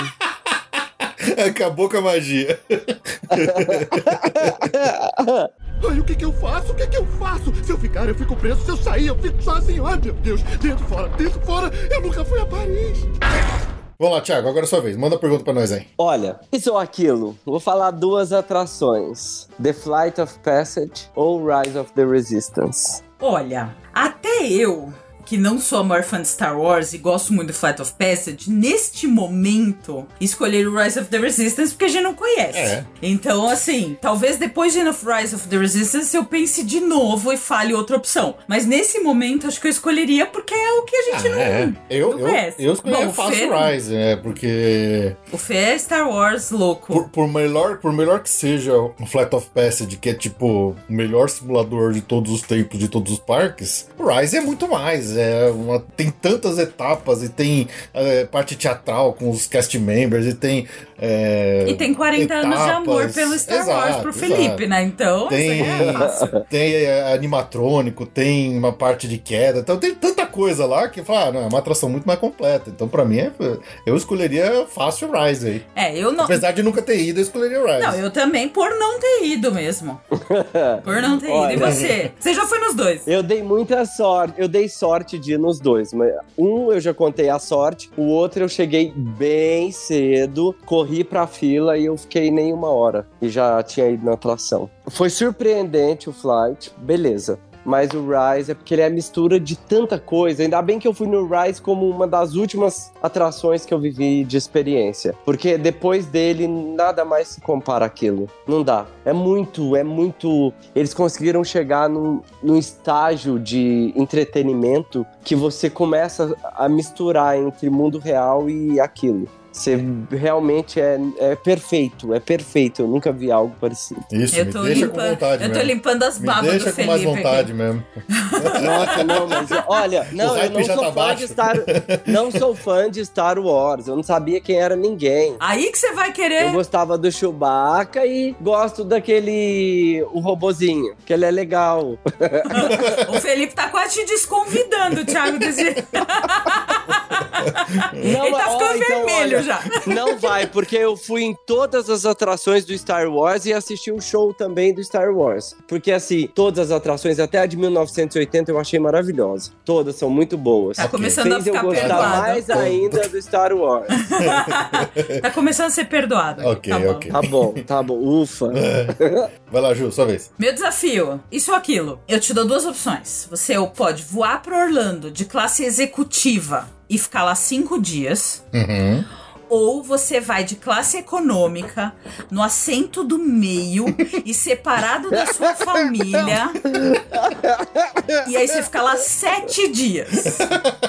Speaker 1: Acabou com a magia.
Speaker 7: Ai, o que que eu faço? O que que eu faço? Se eu ficar, eu fico preso. Se eu sair, eu fico sozinho. Ai, meu Deus. Dentro, fora, dentro, fora. Eu nunca fui a Paris.
Speaker 1: Vamos lá, Thiago, agora é sua vez. Manda a pergunta pra nós aí.
Speaker 5: Olha, isso ou aquilo? Vou falar duas atrações: The Flight of Passage ou Rise of the Resistance.
Speaker 4: Olha, até eu, que não sou a maior fã de Star Wars e gosto muito do Flight of Passage, neste momento, escolher o Rise of the Resistance porque a gente não conhece.
Speaker 1: É.
Speaker 4: Então, assim, talvez depois de Rise of the Resistance eu pense de novo e fale outra opção. Mas nesse momento, acho que eu escolheria porque é o que a gente não...
Speaker 1: Ah, Eu,
Speaker 4: não
Speaker 1: eu,
Speaker 4: conhece.
Speaker 1: eu escolhi
Speaker 4: Bom,
Speaker 1: a Fast
Speaker 4: Fê-
Speaker 1: Rise, né? Porque
Speaker 4: O Fê é Star Wars louco.
Speaker 1: Por, por melhor, por melhor que seja o Flight of Passage, que é tipo o melhor simulador de todos os tempos, de todos os parques, o Rise é muito mais. demais. É uma- tem tantas etapas e tem é, parte teatral com os cast members e tem. é,
Speaker 4: E tem 40 anos de amor
Speaker 1: etapas.
Speaker 4: pelo Star Wars
Speaker 1: Exato,
Speaker 4: pro
Speaker 1: exato.
Speaker 4: Felipe, né? Então,
Speaker 1: Tem,
Speaker 4: assim, é isso.
Speaker 1: tem é, animatrônico, tem uma parte de queda, então tem tanta coisa lá que fala, ah, não, é uma atração muito mais completa. Então, pra mim, é- eu escolheria fácil o Rise aí.
Speaker 4: É, eu não.
Speaker 1: Apesar de nunca ter ido, eu escolheria o Rise.
Speaker 4: Não, eu também por não ter ido mesmo. Por não ter ido. E
Speaker 5: Olha.
Speaker 4: você? Você já foi nos dois?
Speaker 5: Eu dei muita sorte, eu dei sorte de ir nos dois. mas Um eu já contei a sorte, o outro eu cheguei bem cedo, corri pra fila e eu fiquei nem uma hora. E já tinha ido na atração. Foi surpreendente o flight, beleza. Mas o Rise é porque ele é a mistura de tanta coisa. Ainda bem que eu fui no Rise como uma das últimas atrações que eu vivi de experiência. Porque depois dele, nada mais se compara aquilo. Não dá. É muito, é muito. Eles conseguiram chegar num, num estágio de entretenimento que você começa a misturar entre mundo real e aquilo. Você realmente é, é perfeito, é perfeito. Eu nunca vi algo parecido.
Speaker 1: Isso,
Speaker 4: eu
Speaker 1: me
Speaker 4: tô
Speaker 1: deixa com
Speaker 4: limpa-
Speaker 1: vontade
Speaker 4: Eu tô
Speaker 1: mesmo.
Speaker 4: limpando as
Speaker 1: Me
Speaker 4: babas
Speaker 1: deixa
Speaker 4: do
Speaker 1: com mais
Speaker 4: Felipe. aqui.
Speaker 1: vontade mesmo.
Speaker 5: Nossa, não, mas olha, não, eu
Speaker 1: hype
Speaker 5: não
Speaker 1: já
Speaker 5: sou
Speaker 1: tá
Speaker 5: fã
Speaker 1: baixo.
Speaker 5: de Star, não sou fã de Star Wars. Eu não sabia quem era ninguém.
Speaker 4: Aí que você vai
Speaker 5: Eu
Speaker 4: querer.
Speaker 5: gostava do Chewbacca e gosto daquele o robozinho, que ele é legal.
Speaker 4: O Felipe tá quase te desconvidando, Thiago. Desse...
Speaker 5: Não,
Speaker 4: Ele tá
Speaker 5: ó,
Speaker 4: ficando
Speaker 5: então,
Speaker 4: vermelho
Speaker 5: olha,
Speaker 4: já.
Speaker 5: Não vai, porque eu fui em todas as atrações do Star Wars e assisti o show também do Star Wars. Porque, assim, todas as atrações, até a de 1980, eu achei maravilhosa. Todas são muito boas.
Speaker 4: Tá começando a
Speaker 5: Fez eu
Speaker 4: ficar
Speaker 5: gostar
Speaker 4: perdoado.
Speaker 5: mais ainda do Star Wars.
Speaker 4: tá começando a ser perdoado.
Speaker 1: Ok,
Speaker 4: tá bom.
Speaker 1: ok.
Speaker 5: Tá bom, tá bom. Ufa.
Speaker 1: Vai lá, Ju, sua vez.
Speaker 4: Meu desafio, isso ou aquilo? Eu te dou duas opções. Você ou pode voar pra Orlando de classe executiva e ficar lá cinco dias,
Speaker 1: Uhum.
Speaker 4: ou você vai de classe econômica no assento do meio e separado da sua família. e aí você fica lá sete dias.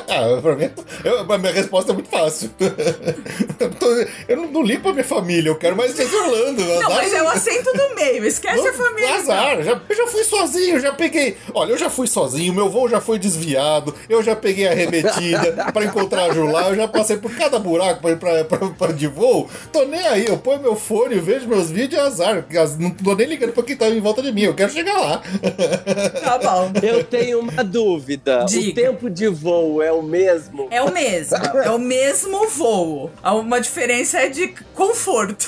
Speaker 1: Ah, pra mim, eu, a minha resposta é muito fácil. eu, tô- eu não, não limpo a minha família, eu quero mais gente Orlando.
Speaker 4: Não, mas é o assento do meio, esquece é a família.
Speaker 1: Azar, já, eu já fui sozinho, já peguei. Olha, eu já fui sozinho, meu voo já foi desviado, eu já peguei arremetida pra encontrar a Ju lá, eu já passei por cada buraco pra ir pra, pra, pra de voo. Tô nem aí, eu ponho meu fone, vejo meus vídeos, é azar. as- Não tô nem ligando pra quem tá em volta de mim, eu quero chegar lá.
Speaker 4: Tá bom.
Speaker 5: Eu tenho uma dúvida.
Speaker 4: Diga.
Speaker 5: O tempo de voo é o mesmo?
Speaker 4: É o mesmo, é o mesmo voo. A- Uma diferença é de conforto.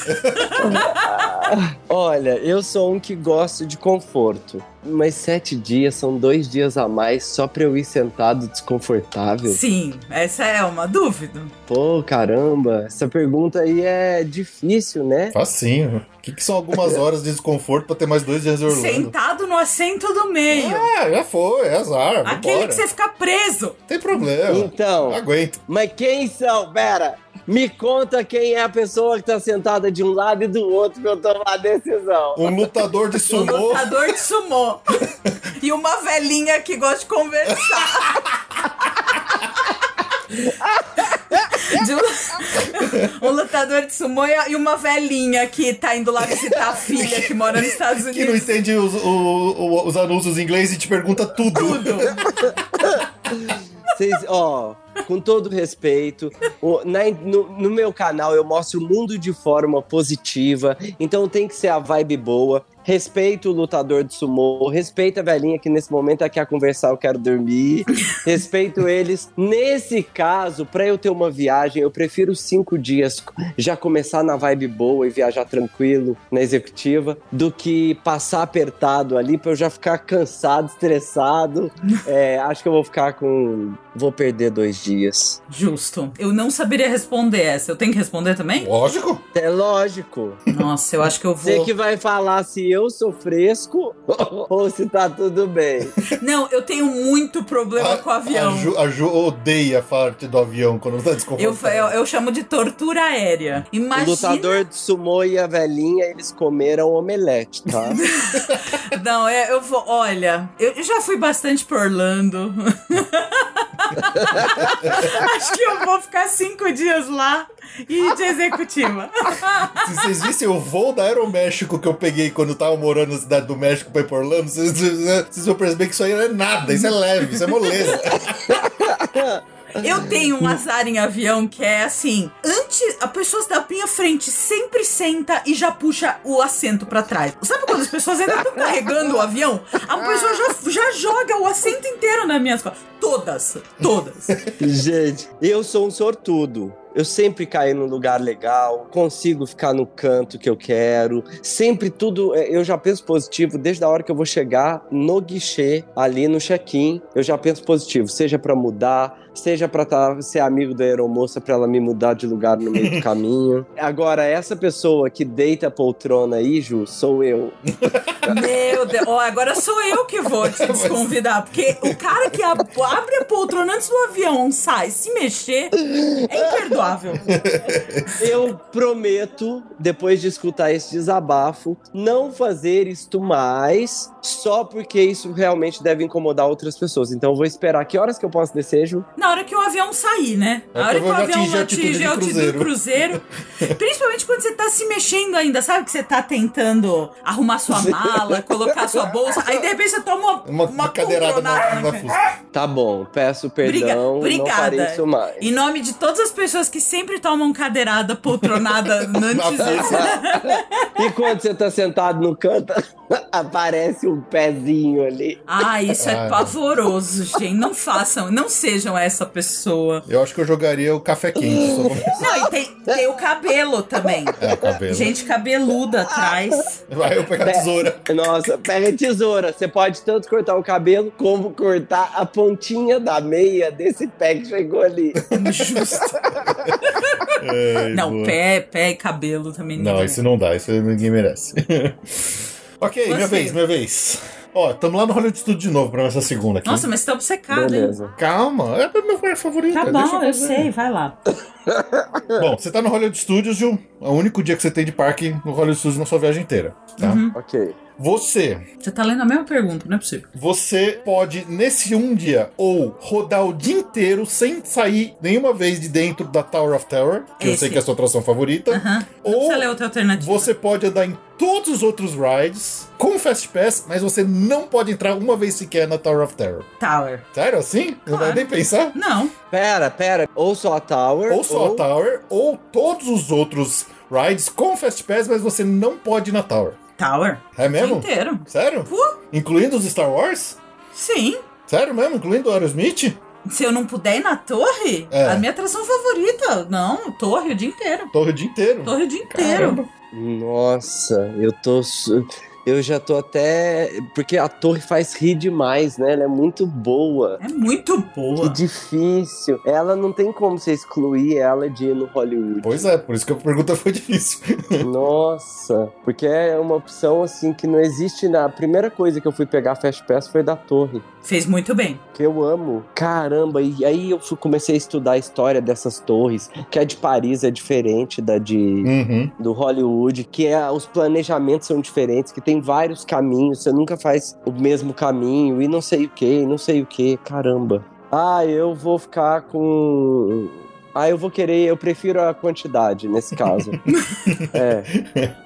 Speaker 5: Olha, eu sou um que gosto de conforto. Mas sete dias são dois dias a mais só pra eu ir sentado desconfortável?
Speaker 4: Sim, essa é uma dúvida.
Speaker 5: Pô, caramba, essa pergunta aí é difícil, né?
Speaker 1: Facinho. O que, que são algumas horas de desconforto pra ter mais dois dias em Orlando?
Speaker 4: Sentado no assento do meio.
Speaker 1: Ah, já foi, é azar.
Speaker 4: Aquele
Speaker 1: vambora.
Speaker 4: que você fica preso.
Speaker 1: Não tem problema.
Speaker 5: Então.
Speaker 1: Aguento.
Speaker 5: Mas quem são? Pera, me conta quem é a pessoa que tá sentada de um lado e do outro pra eu tomar a decisão.
Speaker 1: Um lutador de
Speaker 4: O
Speaker 1: sumô.
Speaker 4: lutador de sumô. e uma velhinha que gosta de conversar. De um... um lutador de sumô e a- e uma velhinha que tá indo lá visitar a filha que mora nos Estados
Speaker 1: Que não
Speaker 4: Unidos.
Speaker 1: entende os, o- o- os anúncios em inglês e te pergunta tudo.
Speaker 5: Vocês, ó, com todo respeito, o- na- no, no meu canal eu mostro o mundo de forma positiva, então tem que ser a vibe boa. Respeita o lutador de sumô, respeita a velhinha que nesse momento ela quer conversar, eu quero dormir. Respeito eles. Nesse caso, pra eu ter uma viagem, eu prefiro cinco dias já começar na vibe boa e viajar tranquilo na executiva, do que passar apertado ali pra eu já ficar cansado, estressado. É, acho que eu vou ficar com. Vou perder dois dias.
Speaker 4: Justo. Eu não saberia responder essa. Eu tenho que responder também?
Speaker 1: Lógico.
Speaker 5: É lógico.
Speaker 4: Nossa, eu acho que eu
Speaker 5: Você
Speaker 4: vou.
Speaker 5: que vai falar se eu sou fresco ou se tá tudo bem.
Speaker 4: Não, eu tenho muito problema com o avião.
Speaker 1: A Ju, a Ju odeia a parte do avião quando tá
Speaker 4: Eu,
Speaker 1: desconfortável.
Speaker 4: eu, eu chamo de tortura aérea.
Speaker 5: O
Speaker 4: Imagina.
Speaker 5: lutador de sumô e a velhinha, eles comeram omelete, tá?
Speaker 4: Não, é, eu vou. Olha, eu eu já fui bastante pra Orlando. Acho que eu vou ficar cinco dias lá e de executiva.
Speaker 1: Se vocês vissem o voo da Aeroméxico que eu peguei quando eu tava morando na cidade do México pra ir pra Orlando, vocês, vocês- vocês vão perceber que isso aí não é nada, isso é leve, isso é moleza.
Speaker 4: Eu tenho um azar em avião que é assim: antes, a pessoa da minha frente sempre senta e já puxa o assento pra trás. Sabe quando as pessoas ainda estão carregando o avião? A pessoa já, já joga o assento inteiro nas minhas costas. Todas, todas.
Speaker 5: Gente, eu sou um sortudo. Eu sempre caio num lugar legal, consigo ficar no canto que eu quero. Sempre tudo, é, eu já penso positivo desde a hora que eu vou chegar no guichê, ali no check-in. Eu já penso positivo, seja pra mudar, seja pra tá- ser amigo da aeromoça pra ela me mudar de lugar no meio do caminho. Agora, essa pessoa que deita a poltrona aí, Ju, sou eu.
Speaker 4: Meu Deus, ó, agora sou eu que vou te desconvidar, porque o cara que ab- abre a poltrona antes do avião sai, se mexer, é imperdoável.
Speaker 5: Eu prometo, depois de escutar esse desabafo, não fazer isto mais, só porque isso realmente deve incomodar outras pessoas. Então eu vou esperar que horas que eu posso desejo.
Speaker 4: Na hora que o avião sair, né?
Speaker 1: É,
Speaker 4: Na hora que o
Speaker 1: quando
Speaker 4: avião
Speaker 1: atinge a altitude
Speaker 4: atinge
Speaker 1: de
Speaker 4: a altitude do cruzeiro. Principalmente quando você tá se mexendo ainda, sabe? Que você tá tentando arrumar sua mala, colocar sua bolsa. Aí de repente você toma
Speaker 1: Uma,
Speaker 4: uma,
Speaker 1: uma cadeirada
Speaker 4: poltronada
Speaker 1: na,
Speaker 4: na
Speaker 1: na
Speaker 4: cara.
Speaker 1: fusta.
Speaker 5: Tá bom, peço
Speaker 4: Briga-
Speaker 5: perdão, não farei
Speaker 4: Obrigada.
Speaker 5: isso mais.
Speaker 4: Em nome de todas as pessoas que sempre tomam cadeirada, poltronada, antes desse
Speaker 5: E quando você tá sentado no canto, aparece um pezinho ali.
Speaker 4: Ah, isso
Speaker 1: Ah,
Speaker 4: é
Speaker 1: não.
Speaker 4: pavoroso, gente. Não façam, não sejam essa pessoa.
Speaker 1: Eu acho que eu jogaria o café quente. Só pra...
Speaker 4: Não, e tem, tem o cabelo também.
Speaker 1: É, o cabelo.
Speaker 4: Gente cabeluda atrás.
Speaker 1: Vai eu pegar a tesoura.
Speaker 5: Nossa, pega a tesoura. Você pode tanto cortar o cabelo como cortar a pontinha da meia desse pé que chegou ali.
Speaker 1: Justo.
Speaker 4: Não, pé, pé e cabelo também.
Speaker 1: Não,
Speaker 4: ninguém.
Speaker 1: isso não dá, isso ninguém merece. ok, minha
Speaker 4: Você.
Speaker 1: vez, minha vez. Ó, tamo lá no Hollywood Studio de novo pra nossa segunda aqui.
Speaker 4: Nossa, mas tá obcecado, hein?
Speaker 5: Beleza.
Speaker 1: Calma, é meu quarto favorito.
Speaker 4: Tá
Speaker 1: deixa
Speaker 4: bom, eu
Speaker 1: fazer.
Speaker 4: sei, vai lá.
Speaker 1: Bom, você tá no Hollywood Studios, Ju. É o único dia que você tem de parque no Hollywood Studios na sua viagem inteira. Tá?
Speaker 4: Uhum.
Speaker 5: Ok.
Speaker 1: Você
Speaker 4: Você tá lendo a mesma pergunta, não é possível.
Speaker 1: Você pode, nesse um dia, ou rodar o dia inteiro sem sair nenhuma vez de dentro da Tower of Terror, que eu
Speaker 4: Esse.
Speaker 1: sei que é a sua atração favorita.
Speaker 4: Aham. é Não
Speaker 1: Ou
Speaker 4: precisa ler outra alternativa.
Speaker 1: Você pode andar em todos os outros rides com Fast Pass, mas você não pode entrar uma vez sequer na Tower of Terror.
Speaker 4: Tower.
Speaker 1: Sério assim? Não vai
Speaker 4: Claro.
Speaker 1: nem pensar?
Speaker 4: Não.
Speaker 5: Pera, pera. Ou só a Tower.
Speaker 1: Ou só a Tower, ou todos os outros rides com Fast Pass, mas você não pode ir na Tower.
Speaker 4: Tower.
Speaker 1: É
Speaker 4: O dia
Speaker 1: mesmo?
Speaker 4: inteiro.
Speaker 1: Sério?
Speaker 4: Pô,
Speaker 1: Incluindo os Star Wars?
Speaker 4: sim.
Speaker 1: Sério mesmo? Incluindo o Aerosmith?
Speaker 4: Se eu não puder ir na torre,
Speaker 1: É.
Speaker 4: a minha atração favorita. Não, torre o dia inteiro.
Speaker 1: Torre o dia inteiro.
Speaker 4: Torre o dia inteiro.
Speaker 5: Nossa, eu tô. su- Eu já tô até. Porque a torre faz rir demais, né? Ela é muito boa.
Speaker 4: É muito
Speaker 5: Que
Speaker 4: boa.
Speaker 5: difícil. Ela não tem como você excluir ela de ir no Hollywood.
Speaker 1: Pois é, por isso que a pergunta foi difícil.
Speaker 5: Nossa. Porque é uma opção assim que não existe na. A primeira coisa que eu fui pegar Fast Pass foi da torre.
Speaker 4: Fez muito bem.
Speaker 5: Que eu amo. Caramba, e aí eu fui- comecei a estudar a história dessas torres. Que a de Paris é diferente da de.
Speaker 1: Uhum.
Speaker 5: do Hollywood, que é, os planejamentos são diferentes, que tem vários caminhos, você nunca faz o mesmo caminho, e não sei o que, não sei o que, caramba. Ah, eu vou ficar com. Ah, eu vou querer, eu prefiro a quantidade nesse caso. é.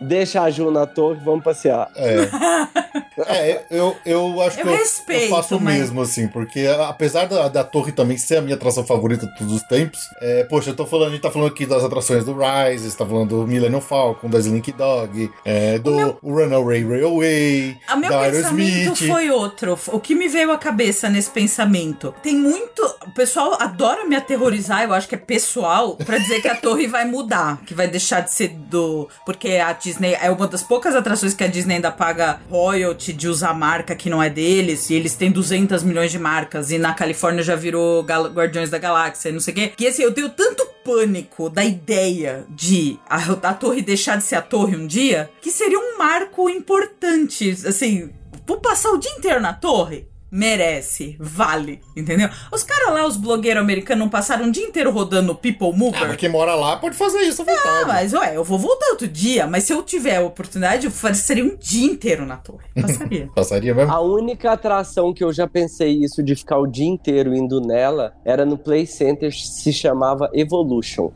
Speaker 5: Deixa a Ju na torre, vamos passear.
Speaker 1: É. É, eu, eu acho
Speaker 4: Eu
Speaker 1: que eu,
Speaker 4: respeito,
Speaker 1: eu faço o
Speaker 4: mas-
Speaker 1: mesmo, assim, porque apesar da, da torre também ser a minha atração favorita de todos os tempos, é, poxa, eu tô falando, a gente tá falando aqui das atrações do Rise, tá falando do Millennium Falcon, da Slink Dog, é, do Runaway Railway,
Speaker 4: O meu
Speaker 1: da
Speaker 4: pensamento
Speaker 1: Aerosmith.
Speaker 4: foi outro. O que me veio à cabeça nesse pensamento? Tem muito. O pessoal adora me aterrorizar, eu acho que é pessoal, pra dizer que a torre vai mudar, que vai deixar de ser do. Porque a Disney é uma das poucas atrações que a Disney ainda paga royalty de usar marca que não é deles, e eles têm 200 milhões de marcas, e na Califórnia já virou Gal- Guardiões da Galáxia, e não sei o quê. Que assim, eu tenho tanto pânico da ideia de a, a torre deixar de ser a torre um dia, que seria um marco importante, assim, vou passar o dia inteiro na torre? merece, vale, entendeu? Os caras lá, os blogueiros americanos, não passaram o dia inteiro rodando People
Speaker 1: Ah, mas
Speaker 4: Mover.
Speaker 1: quem mora lá pode fazer isso à vontade.
Speaker 4: Ah, mas ué, eu vou voltar outro dia, mas se eu tiver a oportunidade, eu passaria um dia inteiro na torre. Passaria.
Speaker 1: Passaria
Speaker 4: Ah,
Speaker 1: mesmo?
Speaker 5: A única atração que eu já pensei isso de ficar o dia inteiro indo nela era no Play Center, se chamava Evolution.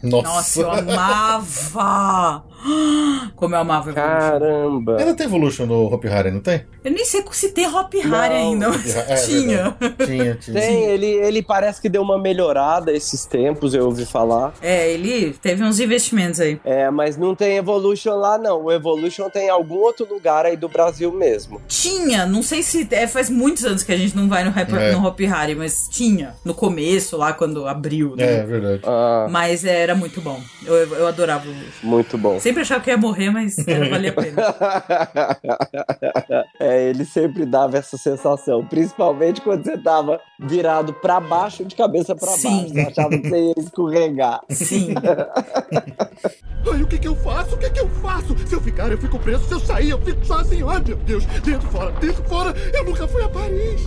Speaker 1: Nossa.
Speaker 4: Nossa, eu amava! Como eu amava Evolution.
Speaker 5: Caramba!
Speaker 1: Ainda tem Evolution no Hopi Hari, não tem?
Speaker 4: Eu nem sei se tem Hop Hari
Speaker 5: Não.
Speaker 4: ainda, mas
Speaker 1: É, é
Speaker 4: tinha.
Speaker 1: Tinha, tinha.
Speaker 5: Tem, ele, ele parece que deu uma melhorada esses tempos, eu ouvi falar.
Speaker 4: É, ele teve uns investimentos aí.
Speaker 5: É, mas não tem Evolution lá, não. O Evolution tem em algum outro lugar aí do Brasil mesmo.
Speaker 4: Tinha, não sei se. É, faz muitos anos que a gente não vai no, Hyper,
Speaker 1: É.
Speaker 4: no Hop Hari, mas tinha. No começo, lá quando abriu,
Speaker 1: É,
Speaker 4: né?
Speaker 1: verdade.
Speaker 5: Ah,
Speaker 4: Mas é, era muito bom. Eu, eu adorava o Evolution.
Speaker 5: muito bom.
Speaker 4: Sempre achava que eu ia morrer, mas era, valia a pena.
Speaker 5: é, ele sempre dava essa sensação, principalmente quando você tava virado pra baixo de cabeça pra
Speaker 4: Sim.
Speaker 5: baixo. Você achava que você ia escorregar.
Speaker 4: Sim.
Speaker 7: Ai, o que que eu faço? O que que eu faço? Se eu ficar, eu fico preso. Se eu sair, eu fico sozinho. Ai, meu Deus. Dentro, fora, dentro, fora. Eu nunca fui a Paris.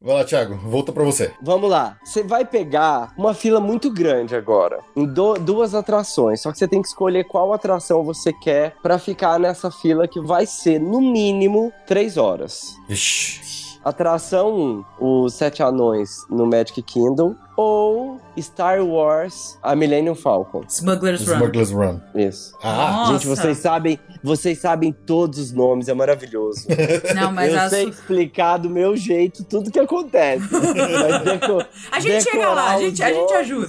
Speaker 1: Vai lá, Thiago. Volta pra você.
Speaker 5: Vamos lá. Você vai pegar uma fila muito grande agora, em do- duas atrações. Só que você tem que escolher qual atração você quer pra ficar nessa fila que vai ser no mínimo três horas.
Speaker 1: Vixi.
Speaker 5: Atração 1, os Sete Anões no Magic Kingdom ou Star Wars, a Millennium Falcon.
Speaker 4: Smuggler's Run.
Speaker 1: Smuggler's Run.
Speaker 5: Isso.
Speaker 1: Ah,
Speaker 4: Nossa.
Speaker 5: Gente, vocês sabem, vocês sabem todos os nomes, é maravilhoso.
Speaker 4: Não, mas
Speaker 5: eu
Speaker 4: a,
Speaker 5: sei
Speaker 4: su-
Speaker 5: explicar do meu jeito tudo que acontece. Mas deco-
Speaker 4: a gente chega lá, a
Speaker 5: decorar
Speaker 4: gente,
Speaker 5: os
Speaker 4: a gente
Speaker 5: nomes,
Speaker 4: ajuda.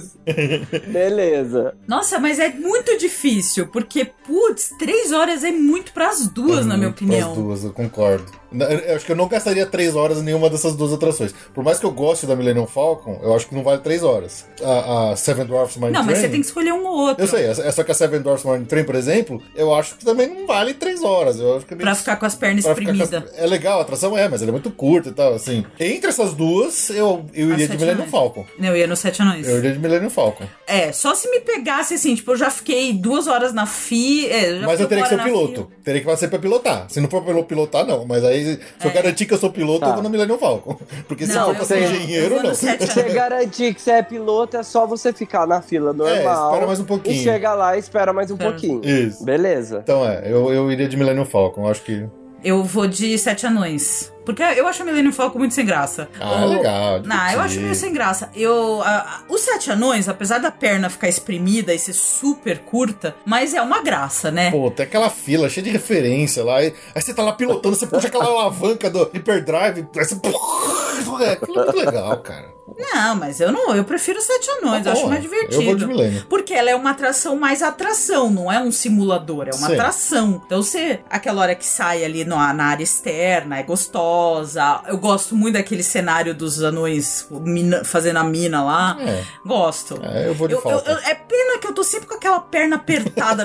Speaker 5: Beleza.
Speaker 4: Nossa, mas é muito difícil, porque, putz, três horas é muito pras duas, na minha
Speaker 1: Hum,
Speaker 4: opinião.
Speaker 1: As duas, eu concordo. Na- Eu acho que eu não gastaria três horas em nenhuma dessas duas atrações. Por mais que eu goste da Millennium Falcon, eu acho que não vale três horas. A, a Seven Dwarfs Mine
Speaker 4: Não,
Speaker 1: Train...
Speaker 4: mas você tem que escolher um ou outro.
Speaker 1: Eu sei, é é só que a Seven Dwarfs Mine Train, por exemplo, eu acho que também não vale três horas. Eu acho que é
Speaker 4: Pra ficar com as pernas
Speaker 1: pra ficar com as-
Speaker 4: espremidas.
Speaker 1: É legal, a atração é, mas ela é muito curta e tal, assim. Entre essas duas, eu, eu
Speaker 4: As
Speaker 1: iria de
Speaker 4: Sete
Speaker 1: Millennium
Speaker 4: Anões.
Speaker 1: Falcon.
Speaker 4: Não, Eu ia no Sete Anões.
Speaker 1: Eu iria de Millennium Falcon.
Speaker 4: É, só se me pegasse assim, tipo, eu já fiquei duas horas na FI. é, já
Speaker 1: Mas
Speaker 4: fiquei
Speaker 1: eu teria que ser
Speaker 4: uma hora na
Speaker 1: piloto. Teria que ser pra pilotar. Se não for pra pilotar, não. Mas aí, se eu garantir que eu sou piloto,
Speaker 5: Tá.
Speaker 1: eu vou no Millennium Falcon. Porque se
Speaker 4: fila. É.
Speaker 1: eu
Speaker 4: Não, eu
Speaker 1: for pra ser
Speaker 4: vou- eu
Speaker 1: engenheiro,
Speaker 4: vou no
Speaker 1: não.
Speaker 4: Sete Anões.
Speaker 5: Você É garantir que você é piloto, é só você ficar na fila normal.
Speaker 1: É, espera mais um pouquinho.
Speaker 5: E chega lá e espera mais um
Speaker 4: Espera.
Speaker 5: pouquinho.
Speaker 1: Isso.
Speaker 5: Beleza.
Speaker 1: Então é, eu, eu iria de Millennium Falcon. Acho que.
Speaker 4: Eu vou de Sete Anões. Porque eu acho a Millennium Falcon muito sem graça.
Speaker 1: Ah,
Speaker 4: O-
Speaker 1: é legal.
Speaker 4: Não, eu
Speaker 1: divertido.
Speaker 4: acho meio sem graça. Eu, a- a- os Sete Anões, apesar da perna ficar espremida e ser super curta, mas é uma graça, né?
Speaker 1: Pô, tem aquela fila cheia de referência lá. e- Aí você tá lá pilotando, você puxa aquela alavanca do Hyperdrive. Aí você. É, aquilo é muito legal, cara.
Speaker 4: Não, mas eu não, eu prefiro Sete Anões,
Speaker 1: Tá
Speaker 4: eu acho
Speaker 1: bom,
Speaker 4: mais
Speaker 1: é. Eu vou de
Speaker 4: divertido.
Speaker 1: Millennium.
Speaker 4: porque ela é uma atração mais atração, não é um simulador, é uma
Speaker 1: Sim.
Speaker 4: atração. Então você, aquela hora que sai ali no, na área externa, é gostosa. Eu gosto muito daquele cenário dos anões mina- fazendo a mina lá.
Speaker 1: É.
Speaker 4: Gosto.
Speaker 1: É, eu vou de
Speaker 4: Eu- eu-
Speaker 1: Falcon.
Speaker 4: eu- é pena que eu tô sempre com aquela perna apertada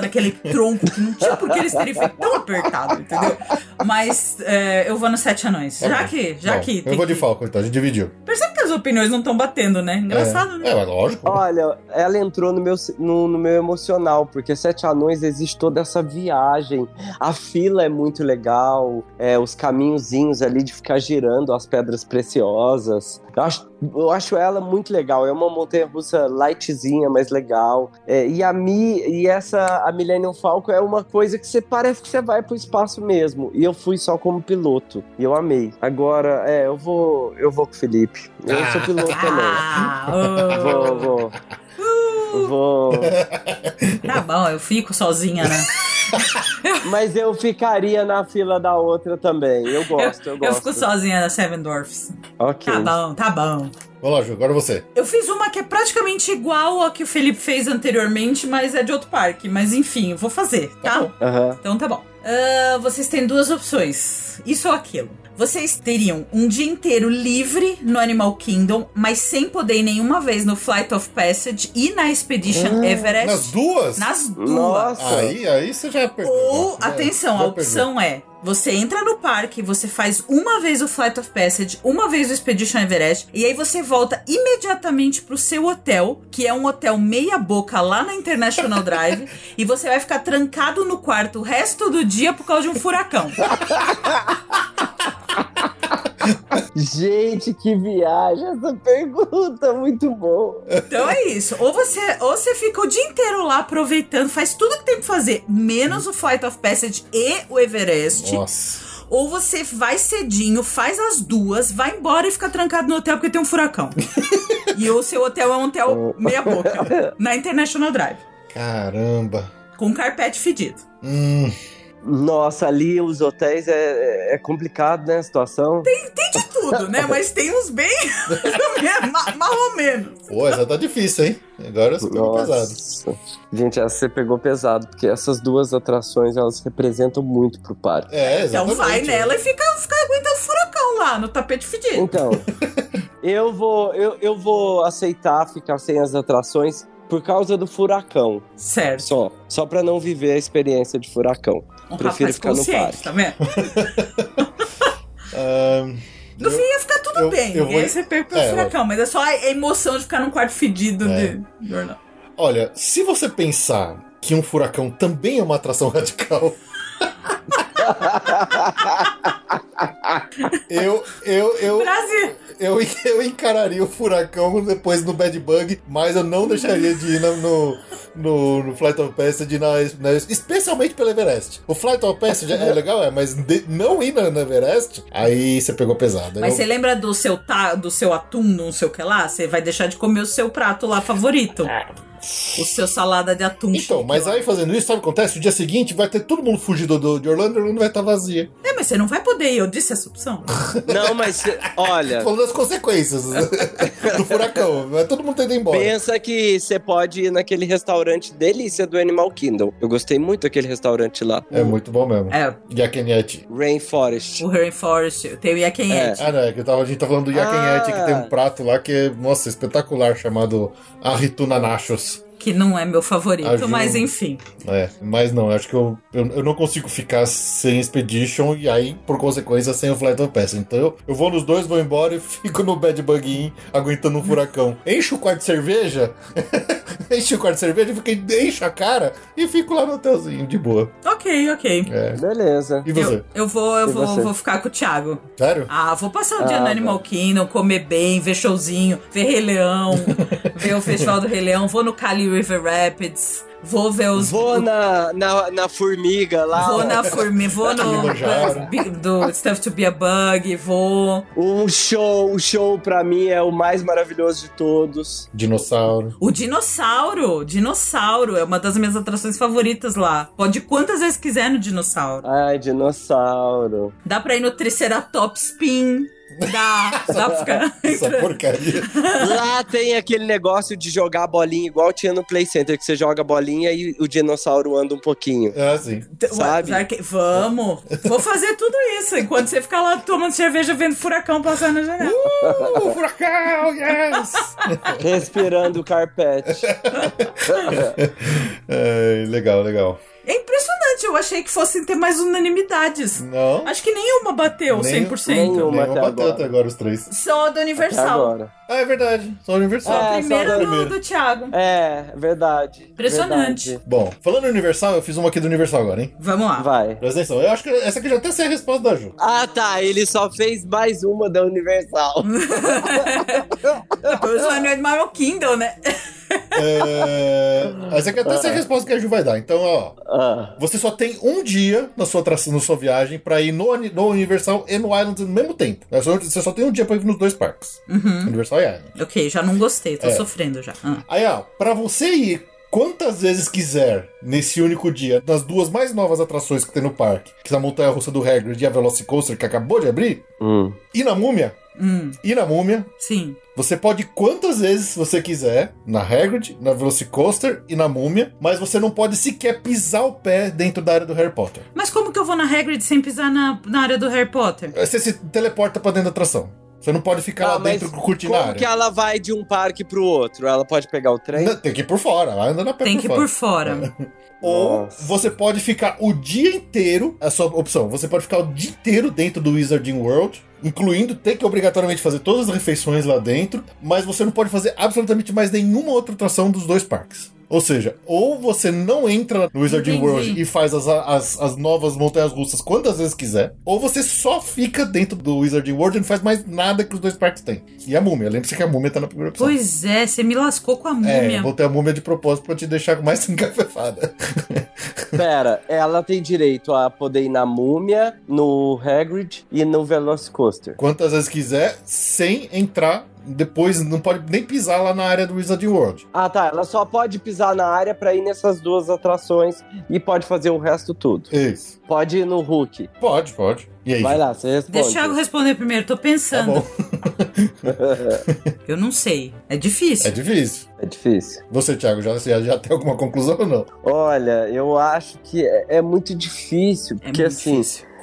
Speaker 4: naquele tronco, que não tinha por que eles terem feito tão apertado, entendeu? Mas é, eu vou no Sete Anões.
Speaker 1: Tá
Speaker 4: já
Speaker 1: bom.
Speaker 4: que, já
Speaker 1: Bom,
Speaker 4: que.
Speaker 1: Eu
Speaker 4: tem
Speaker 1: vou de
Speaker 4: que-
Speaker 1: Falcon, então, a gente dividiu.
Speaker 4: Percebe que as opiniões não estão batendo, né? Engraçado,
Speaker 1: é.
Speaker 4: né?
Speaker 1: É, mas lógico.
Speaker 5: Olha, ela entrou no meu, no, no meu emocional, porque Sete Anões existe toda essa viagem. A fila é muito legal, é, os caminhozinhos ali de ficar girando as pedras preciosas. Eu acho, eu acho ela muito legal. É uma montanha russa lightzinha, mas legal. É, e a Mi, e essa a Millennium Falcon é uma coisa que você parece que você vai pro espaço mesmo. E eu fui só como piloto. E eu amei. Agora, é, eu vou, eu vou com o Felipe. Eu sou piloto também.
Speaker 4: Ah, ô.
Speaker 5: Vou, vou. Vou.
Speaker 4: tá bom, eu fico sozinha, né?
Speaker 5: Mas eu ficaria na fila da outra também. Eu gosto, eu,
Speaker 4: eu,
Speaker 5: gosto.
Speaker 4: fico sozinha na Seven Dwarfs.
Speaker 5: Ok.
Speaker 4: Tá bom, tá bom.
Speaker 1: Vamos lá, Ju, agora você.
Speaker 4: Eu fiz uma que é praticamente igual a que o Felipe fez anteriormente, mas é de outro parque. Mas enfim, eu vou fazer, tá?
Speaker 5: Aham.
Speaker 4: Então tá bom. Ah, vocês têm duas opções: isso ou aquilo. Vocês teriam um dia inteiro livre no Animal Kingdom, mas sem poder ir nenhuma vez no Flight of Passage e na Expedition Everest.
Speaker 1: Nas duas?
Speaker 4: É Nas duas.
Speaker 5: Nossa.
Speaker 1: Aí, aí você já perdeu.
Speaker 4: Ou,
Speaker 1: Já-
Speaker 4: atenção,
Speaker 1: já
Speaker 4: a opção é: você entra no parque, você faz uma vez o Flight of Passage, uma vez o Expedition Everest, e aí você volta imediatamente pro seu hotel, que é um hotel meia-boca lá na International Drive, e você vai ficar trancado no quarto o resto do dia por causa de um furacão.
Speaker 5: Gente, que viagem essa pergunta, é muito bom.
Speaker 4: Então é isso. Ou você, ou você fica o dia inteiro lá aproveitando, faz tudo que tem que fazer, menos o Flight of Passage e o Everest.
Speaker 1: Nossa.
Speaker 4: Ou você vai cedinho, faz as duas, vai embora e fica trancado no hotel porque tem um furacão. e o seu hotel é um
Speaker 1: Oh.
Speaker 4: hotel meia boca. Na International Drive.
Speaker 1: Caramba.
Speaker 4: Com carpete fedido.
Speaker 1: Hum.
Speaker 5: Nossa, ali os hotéis é, é complicado, né, a situação.
Speaker 4: Tem de tudo, né? Mas tem uns bem. É, ma- mal ou menos.
Speaker 1: Pô, essa tá difícil, hein? Agora você pegou pesado.
Speaker 5: Nossa. Gente, essa você pegou pesado, porque essas duas atrações, elas representam muito pro parque.
Speaker 1: É,
Speaker 4: Então
Speaker 1: exatamente.
Speaker 4: vai nela e fica, fica aguentando furacão lá no tapete fedido.
Speaker 5: Então, eu vou, eu, eu vou aceitar ficar sem as atrações por causa do furacão,
Speaker 4: Certo.
Speaker 5: só. Só pra não viver a experiência de furacão.
Speaker 4: Um
Speaker 5: Prefiro
Speaker 4: rapaz
Speaker 5: ficar no
Speaker 4: consciente,
Speaker 5: parque.
Speaker 4: tá vendo?
Speaker 1: Ahn,
Speaker 4: No
Speaker 1: Ah, eu-
Speaker 4: fim ia ficar tudo
Speaker 1: eu-
Speaker 4: bem.
Speaker 1: eu vou-
Speaker 4: E aí você perde pro
Speaker 1: É,
Speaker 4: furacão, mas é só a emoção de ficar num quarto fedido
Speaker 1: É.
Speaker 4: de de Orlando.
Speaker 1: Olha, se você pensar que um furacão também é uma atração radical. eu, eu, eu,
Speaker 4: Brasil!
Speaker 1: eu, eu encararia o furacão depois no Bad Bug, mas eu não deixaria de ir na- no, no, no Flight of Passage, na, na- especialmente pelo Everest. O Flight of Passage é legal, é, mas de- não ir na, no Everest, aí você pegou pesado.
Speaker 4: Mas
Speaker 1: Eu-
Speaker 4: você lembra do seu, ta, do seu atum, não sei o que lá? Você vai deixar de comer o seu prato lá favorito. O seu salada de atum.
Speaker 1: Então,
Speaker 4: chique
Speaker 1: mas
Speaker 4: lá.
Speaker 1: aí fazendo isso, sabe o que acontece? No dia seguinte vai ter todo mundo fugido do, de Orlando e Orlando vai tá estar vazia.
Speaker 4: É, mas você não vai poder ir. Eu disse essa opção.
Speaker 5: Não, mas cê-
Speaker 4: É.
Speaker 5: olha,
Speaker 1: Falando das consequências do furacão. Vai todo mundo tendo embora.
Speaker 5: pensa que você pode ir naquele restaurante delícia do Animal Kingdom. Eu gostei muito daquele restaurante lá.
Speaker 1: É muito bom mesmo.
Speaker 4: É,
Speaker 1: Yakenete.
Speaker 5: Rainforest.
Speaker 4: o Rainforest. Tem o Yakenhet.
Speaker 1: Ah, não, é que tava, a gente tá falando do Yakenete,
Speaker 5: Ah.
Speaker 1: que tem um prato lá que é, nossa, espetacular, chamado Arrituna Nachos.
Speaker 4: que não é meu favorito,
Speaker 1: Ajuda.
Speaker 4: mas enfim.
Speaker 1: É, mas não, acho que eu, eu, eu não consigo ficar sem Expedition e aí, por consequência, sem o Flight of Pass. Então eu, eu vou nos dois, vou embora e fico no Bad Bug Inn, aguentando um furacão. Encho o quarto de cerveja, encho o quarto de cerveja, fiquei, encho a cara e fico lá no hotelzinho, de boa.
Speaker 4: Ok, ok.
Speaker 1: É.
Speaker 5: Beleza.
Speaker 1: E você?
Speaker 4: Eu, eu vou, eu
Speaker 5: E
Speaker 4: vou,
Speaker 5: você?
Speaker 4: vou ficar com o Thiago.
Speaker 1: Sério?
Speaker 4: Ah, vou passar o dia
Speaker 5: Ah,
Speaker 4: no Animal Kingdom, comer bem, ver showzinho, ver Rei Leão, ver o Festival do Rei Leão, vou no Cali River Rapids, vou ver os.
Speaker 5: Vou na, na, na formiga lá.
Speaker 4: Vou na formiga, vou
Speaker 1: Kilimanjaro.
Speaker 4: no do Stuff to Be a Bug, vou.
Speaker 5: O show, o show pra mim é o mais maravilhoso de todos.
Speaker 1: Dinossauro.
Speaker 4: O dinossauro! Dinossauro é uma das minhas atrações favoritas lá. Pode ir quantas vezes quiser no dinossauro.
Speaker 5: Ai, dinossauro.
Speaker 4: Dá pra ir no Triceratops Spin. Dá, dá pra ficar.
Speaker 1: Essa porcaria.
Speaker 5: Lá tem aquele negócio de jogar bolinha igual tinha no Play Center, que você joga a bolinha e o dinossauro anda um pouquinho.
Speaker 1: É assim.
Speaker 5: Sabe?
Speaker 4: Ué, já que- Vamos! Vou fazer tudo isso enquanto você ficar lá tomando cerveja vendo furacão passar na janela.
Speaker 1: Uh, furacão, yes!
Speaker 5: Respirando o carpete.
Speaker 1: É, legal, legal.
Speaker 4: É impressionante, eu achei que fossem ter mais unanimidades.
Speaker 1: Não.
Speaker 4: Acho que nenhuma bateu
Speaker 1: Nem-
Speaker 4: 100%.
Speaker 5: nenhuma.
Speaker 1: Nenhuma
Speaker 5: até
Speaker 1: bateu
Speaker 5: agora.
Speaker 1: até agora os três.
Speaker 4: Só a do
Speaker 5: Até
Speaker 4: Universal.
Speaker 5: agora.
Speaker 1: Ah, é verdade. Só Universal.
Speaker 5: É,
Speaker 4: A
Speaker 5: só
Speaker 4: primeira
Speaker 5: a
Speaker 4: do,
Speaker 1: primeira.
Speaker 4: do Thiago.
Speaker 5: É, verdade.
Speaker 4: Impressionante.
Speaker 5: verdade.
Speaker 1: Bom, falando em Universal, eu fiz uma aqui do Universal agora, hein?
Speaker 4: Vamos lá.
Speaker 5: Vai.
Speaker 1: Presta atenção. Eu acho que essa aqui já até sei a resposta da Ju.
Speaker 5: Ah, tá. Ele só fez mais uma da Universal.
Speaker 4: Eu sou a Animal Kingdom, né?
Speaker 1: É... Essa aqui até sei a resposta que a Ju vai dar. Então, ó.
Speaker 5: Ah,
Speaker 1: Você só tem um dia na sua, tra... na sua viagem pra ir no, Ani- no Universal e no Islands no mesmo tempo. Você só- Você só tem um dia pra ir nos dois parques. Universal e Islands.
Speaker 4: Ok, já não gostei, tô
Speaker 1: É.
Speaker 4: sofrendo já. Ah.
Speaker 1: Aí, ó, pra você ir quantas vezes quiser nesse único dia, nas duas mais novas atrações que tem no parque, que é a Montanha Russa do Hagrid e a Velocicoaster, que acabou de abrir,
Speaker 5: hum.
Speaker 1: e na Múmia,
Speaker 4: Hum,
Speaker 1: e na Múmia,
Speaker 4: sim.
Speaker 1: você pode ir quantas vezes você quiser na Hagrid, na Velocicoaster e na Múmia, mas você não pode sequer pisar o pé dentro da área do Harry Potter.
Speaker 4: Mas como que eu vou na Hagrid sem pisar na, na área do Harry Potter?
Speaker 1: Você se teleporta pra dentro da atração. Você não pode ficar lá
Speaker 5: Ah, mas
Speaker 1: dentro curtindo a
Speaker 5: Como
Speaker 1: área.
Speaker 5: que ela vai de um parque pro outro? Ela pode pegar o trem?
Speaker 1: Não, Tem que ir por fora, lá anda na pé
Speaker 4: Tem
Speaker 1: por
Speaker 4: que ir
Speaker 1: fora.
Speaker 4: por fora.
Speaker 1: É. Ou
Speaker 5: Nossa.
Speaker 1: você pode ficar o dia inteiro, é a sua opção, você pode ficar o dia inteiro dentro do Wizarding World, incluindo ter que obrigatoriamente fazer todas as refeições lá dentro, mas você não pode fazer absolutamente mais nenhuma outra atração dos dois parques. Ou seja, ou você não entra no Wizarding
Speaker 4: Entendi.
Speaker 1: World e faz as, as, as novas montanhas russas quantas vezes quiser, ou você só fica dentro do Wizarding World e não faz mais nada que os dois parques têm. E a múmia, lembre-se que a múmia tá na primeira opção.
Speaker 4: Pois é, você me lascou com a
Speaker 1: É,
Speaker 4: múmia.
Speaker 1: eu botei a múmia de propósito pra te deixar mais encafefada.
Speaker 5: Pera, ela tem direito a poder ir na Múmia, no Hagrid e no Velocicoaster.
Speaker 1: Quantas vezes quiser, sem entrar. Depois não pode nem pisar lá na área do Wizarding World.
Speaker 5: Ah, tá. Ela só pode pisar na área pra ir nessas duas atrações e pode fazer o resto tudo.
Speaker 1: Isso.
Speaker 5: Pode ir no Hulk.
Speaker 1: Pode, pode. E aí?
Speaker 5: Vai lá, você responde.
Speaker 4: Deixa o Thiago responder primeiro, tô
Speaker 1: Tá
Speaker 4: pensando.
Speaker 1: bom.
Speaker 4: eu não sei. É difícil.
Speaker 1: É difícil.
Speaker 5: É difícil.
Speaker 1: Você, Thiago, já, já, já tem alguma conclusão ou não?
Speaker 5: Olha, eu acho que é, é muito difícil.
Speaker 4: É
Speaker 5: Porque
Speaker 4: muito
Speaker 5: assim,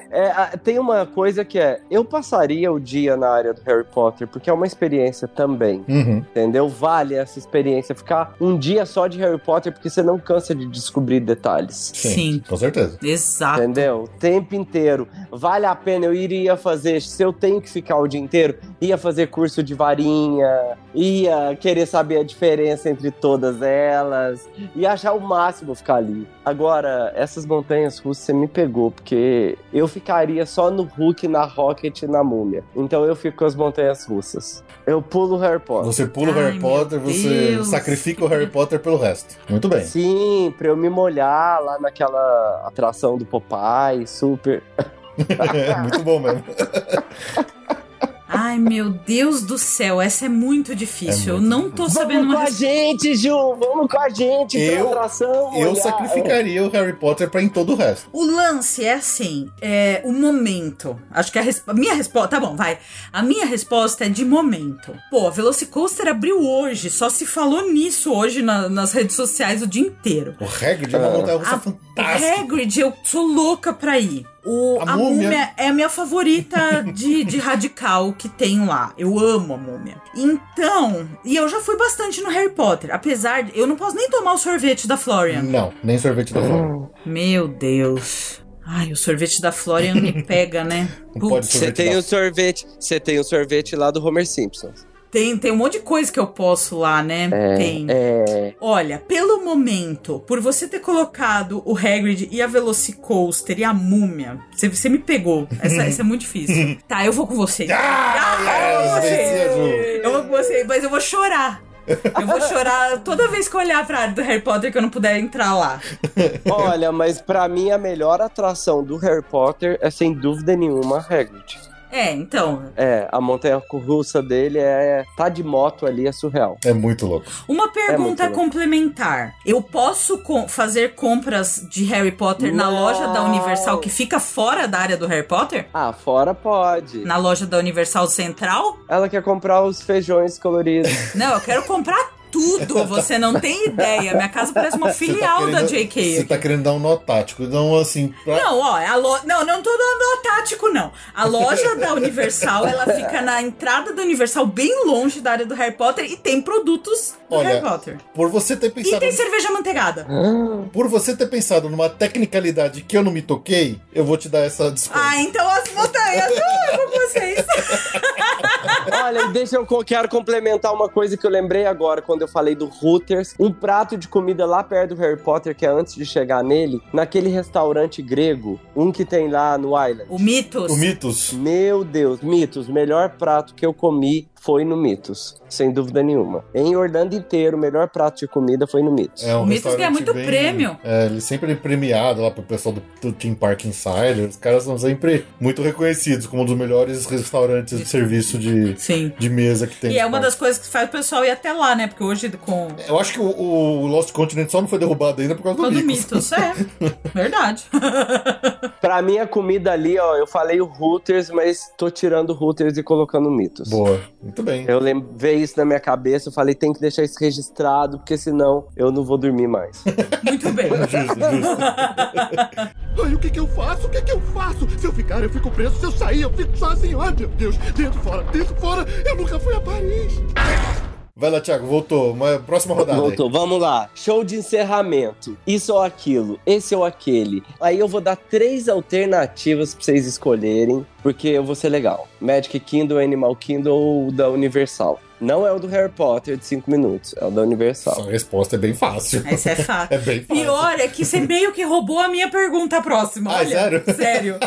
Speaker 5: É, a- tem uma coisa que é, eu passaria o dia na área do Harry Potter, porque é uma experiência também,
Speaker 1: Uhum.
Speaker 5: entendeu? Vale essa experiência, ficar um dia só de Harry Potter, porque você não cansa de descobrir detalhes.
Speaker 4: Sim.
Speaker 1: Com certeza.
Speaker 4: Exato.
Speaker 5: Entendeu? O tempo inteiro. Vale a pena, eu iria fazer. Se eu tenho que ficar o dia inteiro, ia fazer curso de varinha, ia querer saber a diferença entre todas elas, ia achar o máximo ficar ali. Agora, essas montanhas russas você me pegou, porque eu ficaria só no Hulk, na Rocket e na Múmia. Então eu fico com as montanhas russas. Eu pulo o Harry Potter.
Speaker 1: Você pula o
Speaker 4: Ai,
Speaker 1: Harry
Speaker 4: meu
Speaker 1: Potter, você
Speaker 4: Deus.
Speaker 1: sacrifica o Harry Potter pelo resto. Muito bem.
Speaker 5: Sim, pra eu me molhar lá naquela atração do Popeye, super.
Speaker 1: É, Muito bom mesmo.
Speaker 4: Ai, meu Deus do céu, essa é muito difícil.
Speaker 1: É
Speaker 4: eu
Speaker 1: muito
Speaker 4: não tô sabendo
Speaker 5: Vamos
Speaker 4: uma
Speaker 5: com a
Speaker 4: resposta.
Speaker 5: gente, Ju! Vamos com a gente pra
Speaker 1: Eu-
Speaker 5: atração!
Speaker 1: Eu
Speaker 5: olhar.
Speaker 1: sacrificaria o Harry Potter pra em todo o resto.
Speaker 4: O lance é assim, é o momento. Acho que a resp- minha resposta, tá bom, vai. A minha resposta é de momento. Pô, a Velocicoaster abriu hoje, só se falou nisso hoje na- nas redes sociais o dia inteiro.
Speaker 1: O Hagrid é uma montanha russa
Speaker 4: A-
Speaker 1: fantástica.
Speaker 4: Hagrid, eu sou louca pra ir. O,
Speaker 1: A
Speaker 4: a, múmia.
Speaker 1: múmia.
Speaker 4: é a minha favorita de, de radical que tem lá. Eu amo a múmia. Então, e eu já fui bastante no Harry Potter. Apesar de. Eu não posso nem tomar o sorvete da Florian.
Speaker 1: Não, nem sorvete da Flora.
Speaker 4: Meu Deus. Ai, o sorvete da Florian me pega, né?
Speaker 1: Não pode
Speaker 4: Putz,
Speaker 5: Você
Speaker 1: sorvete
Speaker 5: tem
Speaker 1: da-
Speaker 5: o sorvete, você tem o sorvete lá do Homer Simpson.
Speaker 4: tem, tem um monte de coisa que eu posso lá, né? tem.
Speaker 5: É,
Speaker 4: Olha, pelo momento, por você ter colocado o Hagrid e a Velocicoaster e a múmia, você, você me pegou. Essa, essa é muito difícil. Tá, eu vou com você.
Speaker 1: Ah,
Speaker 4: Ah,
Speaker 1: yes, venci a Ju.
Speaker 4: Eu vou com você, mas eu vou chorar. Eu vou chorar toda vez que eu olhar pra área do Harry Potter que eu não puder entrar lá.
Speaker 5: olha, mas pra mim a melhor atração do Harry Potter é sem dúvida nenhuma a Hagrid.
Speaker 4: É, então,
Speaker 5: É, a montanha russa dele é tá de moto ali é surreal.
Speaker 1: É muito louco.
Speaker 4: Uma pergunta
Speaker 5: muito legal.
Speaker 4: complementar. Eu posso co- fazer compras de Harry Potter na
Speaker 5: Não.
Speaker 4: loja da Universal que fica fora da área do Harry Potter?
Speaker 5: Ah, fora pode.
Speaker 4: Na loja da Universal Central?
Speaker 5: Ela quer comprar os feijões coloridos.
Speaker 4: Não, eu quero comprar tudo. Você não tem ideia. Minha casa parece uma filial da JK.
Speaker 1: Você tá querendo dar um nó tático. Então, assim, pra-
Speaker 4: Não, ó, é a lo... não, não tô dando nó tático, não. A loja da Universal, ela fica na entrada da Universal, bem longe da área do Harry Potter, e tem produtos do
Speaker 1: Olha, um-
Speaker 4: Harry Potter.
Speaker 1: por você ter
Speaker 4: E
Speaker 1: pensado.
Speaker 4: tem cerveja manteigada.
Speaker 1: Por você ter pensado numa tecnicalidade que eu não me toquei, eu vou te dar essa desculpa.
Speaker 4: Ah, então as montanhas, não, eu vou com vocês.
Speaker 5: Olha, e deixa eu co- quero complementar uma coisa que eu lembrei agora quando eu falei do Hooters. Um prato de comida lá perto do Harry Potter, que é antes de chegar nele, naquele restaurante grego, um que tem lá no Island.
Speaker 4: O Mitos.
Speaker 1: O Mitos.
Speaker 5: Meu Deus, Mitos, melhor prato que eu comi foi no Mitos, sem dúvida nenhuma. Em Orlando inteiro, o melhor prato de comida foi no Mitos.
Speaker 1: É um
Speaker 4: O Mitos ganha
Speaker 1: restaurante
Speaker 4: muito
Speaker 1: bem-
Speaker 4: prêmio.
Speaker 1: É, ele sempre é premiado lá pro pessoal do, do Team Park Insider. Os caras são sempre muito reconhecidos como um dos melhores restaurantes de serviço de,
Speaker 4: Sim.
Speaker 1: de mesa que tem. É,
Speaker 4: E é
Speaker 1: no
Speaker 4: uma
Speaker 1: parque.
Speaker 4: das coisas que faz o pessoal ir até lá, né? Porque hoje com
Speaker 1: Eu acho que o, o Lost Continent só não foi derrubado ainda por causa do
Speaker 4: todo
Speaker 1: Mitos.
Speaker 4: mitos, é. Verdade.
Speaker 5: Pra mim, a comida ali, ó, eu falei o Hooters, mas tô tirando o Hooters e colocando o Mitos.
Speaker 1: Boa, muito bem.
Speaker 5: Eu lembrei isso na minha cabeça, eu falei, tem que deixar isso registrado, porque senão eu não vou dormir mais.
Speaker 4: Muito bem.
Speaker 1: É Justo, justo.
Speaker 7: Ai, o que que eu faço? O que que eu faço? Se eu ficar, eu fico preso. Se eu sair, eu fico sozinho. Ai, meu Deus. Dentro, fora, dentro, fora. Eu nunca fui a Paris.
Speaker 1: Vai lá, Thiago, voltou. Uma próxima rodada. aí.
Speaker 5: Voltou, vamos lá. Show de encerramento. Isso ou aquilo, esse ou aquele. Aí eu vou dar três alternativas pra vocês escolherem, porque eu vou ser legal. Magic Kingdom, Animal Kingdom ou da Universal. Não é o do Harry Potter de 5 minutos, é o da Universal.
Speaker 1: Essa resposta é bem fácil.
Speaker 4: Esse é fato.
Speaker 1: É bem fácil.
Speaker 4: Pior é que você meio que roubou a minha pergunta próxima.
Speaker 1: Ah,
Speaker 4: Olha,
Speaker 1: sério?
Speaker 4: Sério.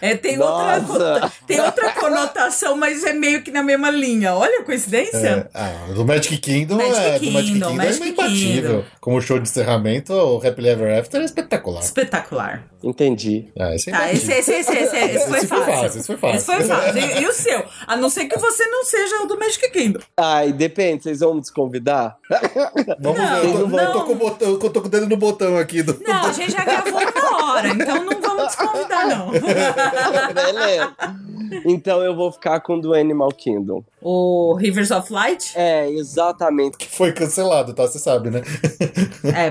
Speaker 4: É, tem, outra,
Speaker 5: Nossa.
Speaker 4: conota- tem outra conotação, mas é meio que na mesma linha. Olha a coincidência.
Speaker 1: É, ah, do Magic Kingdom
Speaker 4: Então. Magic
Speaker 1: é, do Magic
Speaker 4: Kingdom,
Speaker 1: Kingdom
Speaker 4: Magic
Speaker 1: é imbatível. Como show de encerramento, o Happily Ever After é espetacular.
Speaker 4: Espetacular.
Speaker 5: Entendi.
Speaker 1: Ah, esse é
Speaker 4: Tá, esse,
Speaker 1: imbatível.
Speaker 4: esse, esse, esse, esse foi
Speaker 1: Esse foi
Speaker 4: fácil.
Speaker 1: fácil, esse foi fácil.
Speaker 4: Esse foi fácil. E, e o seu? A não ser que você não seja o do Magic Kingdom.
Speaker 5: Ai, depende, vocês vão me desconvidar?
Speaker 1: Vamos
Speaker 4: Não,
Speaker 1: ver, eu tô, eu, tô
Speaker 4: não.
Speaker 1: com o botão, eu tô com o dedo no botão aqui. Do...
Speaker 4: Não, a gente já gravou uma hora, então não vamos te convidar, não.
Speaker 5: Beleza. Então eu vou ficar com o do Animal Kingdom.
Speaker 4: o Rivers of Light?
Speaker 5: É, exatamente.
Speaker 1: Que foi cancelado, tá? Você sabe, né?
Speaker 4: É,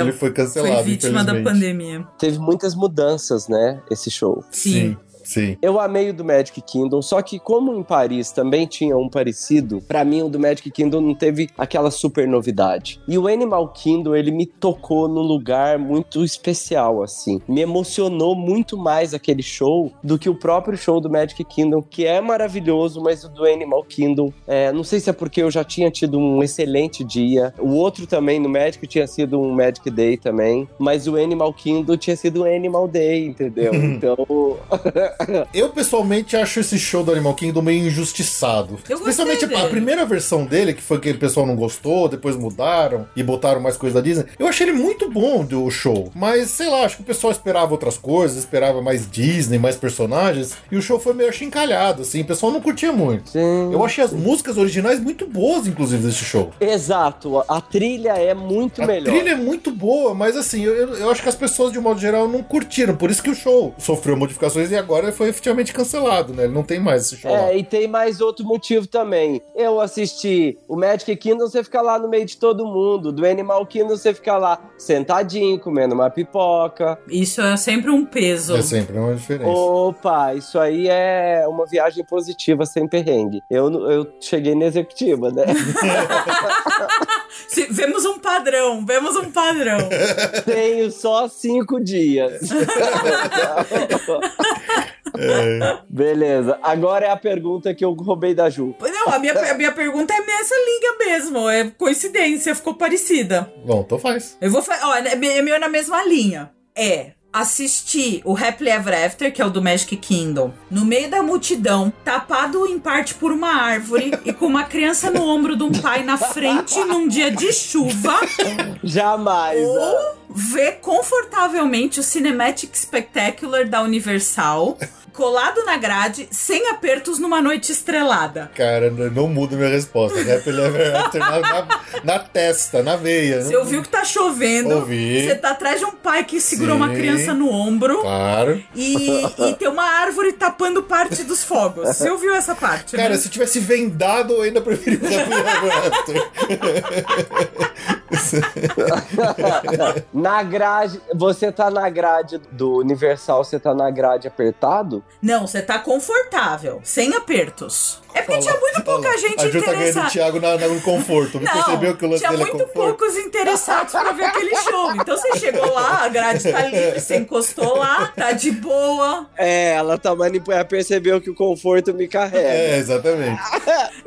Speaker 1: Ele foi cancelado,
Speaker 4: Foi vítima da
Speaker 1: infelizmente.
Speaker 4: pandemia.
Speaker 5: Teve muitas mudanças, né? Esse show.
Speaker 4: Sim.
Speaker 1: Sim.
Speaker 5: Eu amei o do Magic Kingdom, só que como em Paris também tinha um parecido, pra mim o do Magic Kingdom não teve aquela super novidade. E o Animal Kingdom, ele me tocou num lugar muito especial, assim. Me emocionou muito mais aquele show do que o próprio show do Magic Kingdom, que é maravilhoso, mas o do Animal Kingdom, é, não sei se é porque eu já tinha tido um excelente dia. O outro também no Magic tinha sido um Magic Day também, mas o Animal Kingdom tinha sido um Animal Day, entendeu? Então,
Speaker 1: Eu, pessoalmente, acho esse show do Animal Kingdom meio injustiçado.
Speaker 4: Eu gostei
Speaker 1: Principalmente a- a
Speaker 4: dele.
Speaker 1: primeira versão dele, que foi que o pessoal não gostou, depois mudaram e botaram mais coisa da Disney. Eu achei ele muito bom do show. Mas, sei lá, acho que o pessoal esperava outras coisas, esperava mais Disney, mais personagens. E o show foi meio achincalhado, assim. O pessoal não curtia muito.
Speaker 5: Sim.
Speaker 1: Eu achei as músicas originais muito boas, inclusive, desse show.
Speaker 5: Exato, a trilha é muito
Speaker 1: a
Speaker 5: melhor.
Speaker 1: trilha é muito boa, mas assim, eu- eu, eu acho que as pessoas, de um modo geral, não curtiram. Por isso que o show sofreu modificações e agora foi efetivamente cancelado, né? Ele não tem mais esse show lá.
Speaker 5: É, e tem mais outro motivo também. Eu assisti o Magic Kingdom, você fica lá no meio de todo mundo. Do Animal Kingdom, você fica lá sentadinho, comendo uma pipoca.
Speaker 4: Isso é sempre um peso.
Speaker 1: É sempre uma diferença.
Speaker 5: Opa, isso aí é uma viagem positiva, sem perrengue. Eu, n- eu cheguei na executiva, né?
Speaker 4: Se- vemos um padrão, vemos um padrão.
Speaker 5: Tenho só cinco dias.
Speaker 1: É.
Speaker 5: Beleza, agora é a pergunta que eu roubei da Ju.
Speaker 4: Não, a minha, a minha pergunta é nessa linha mesmo. É coincidência, ficou parecida.
Speaker 1: Bom, então faz.
Speaker 4: Eu vou fazer. Ó, é me- é meio na mesma linha. É assistir o Happily Ever After, que é o do Magic Kingdom, no meio da multidão, tapado em parte por uma árvore e com uma criança no ombro de um pai na frente num dia de chuva.
Speaker 5: Jamais. né?
Speaker 4: Ou ver confortavelmente o Cinematic Spectacular da Universal colado na grade, sem apertos numa noite estrelada.
Speaker 1: Cara, eu não mudo minha resposta. Rap Ever After na, na, na testa, na veia. né?
Speaker 4: Você ouviu que tá chovendo,
Speaker 1: Ouvi.
Speaker 4: você tá atrás de um pai que segurou
Speaker 1: Sim.
Speaker 4: uma criança no ombro
Speaker 1: Claro.
Speaker 4: e, e tem uma árvore tapando parte dos fogos. Você ouviu essa parte? né?
Speaker 1: Cara, se tivesse vendado, eu ainda preferia o Rap Ever After.
Speaker 5: na grade, você tá na grade do Universal, você tá na grade apertado?
Speaker 4: Não, você tá confortável, sem apertos. É porque tinha muito pouca gente
Speaker 1: A Ju tá ganhando o
Speaker 4: interessada.
Speaker 1: Thiago na, na, no conforto. Não,
Speaker 4: Não,
Speaker 1: percebeu que o lance
Speaker 4: tinha
Speaker 1: dele é
Speaker 4: muito
Speaker 1: conforto?
Speaker 4: poucos interessados pra ver aquele show. Então você chegou lá, a grade tá livre, você encostou lá, tá de boa.
Speaker 5: É, ela tá manipulando, percebeu que o conforto me carrega.
Speaker 1: É, exatamente.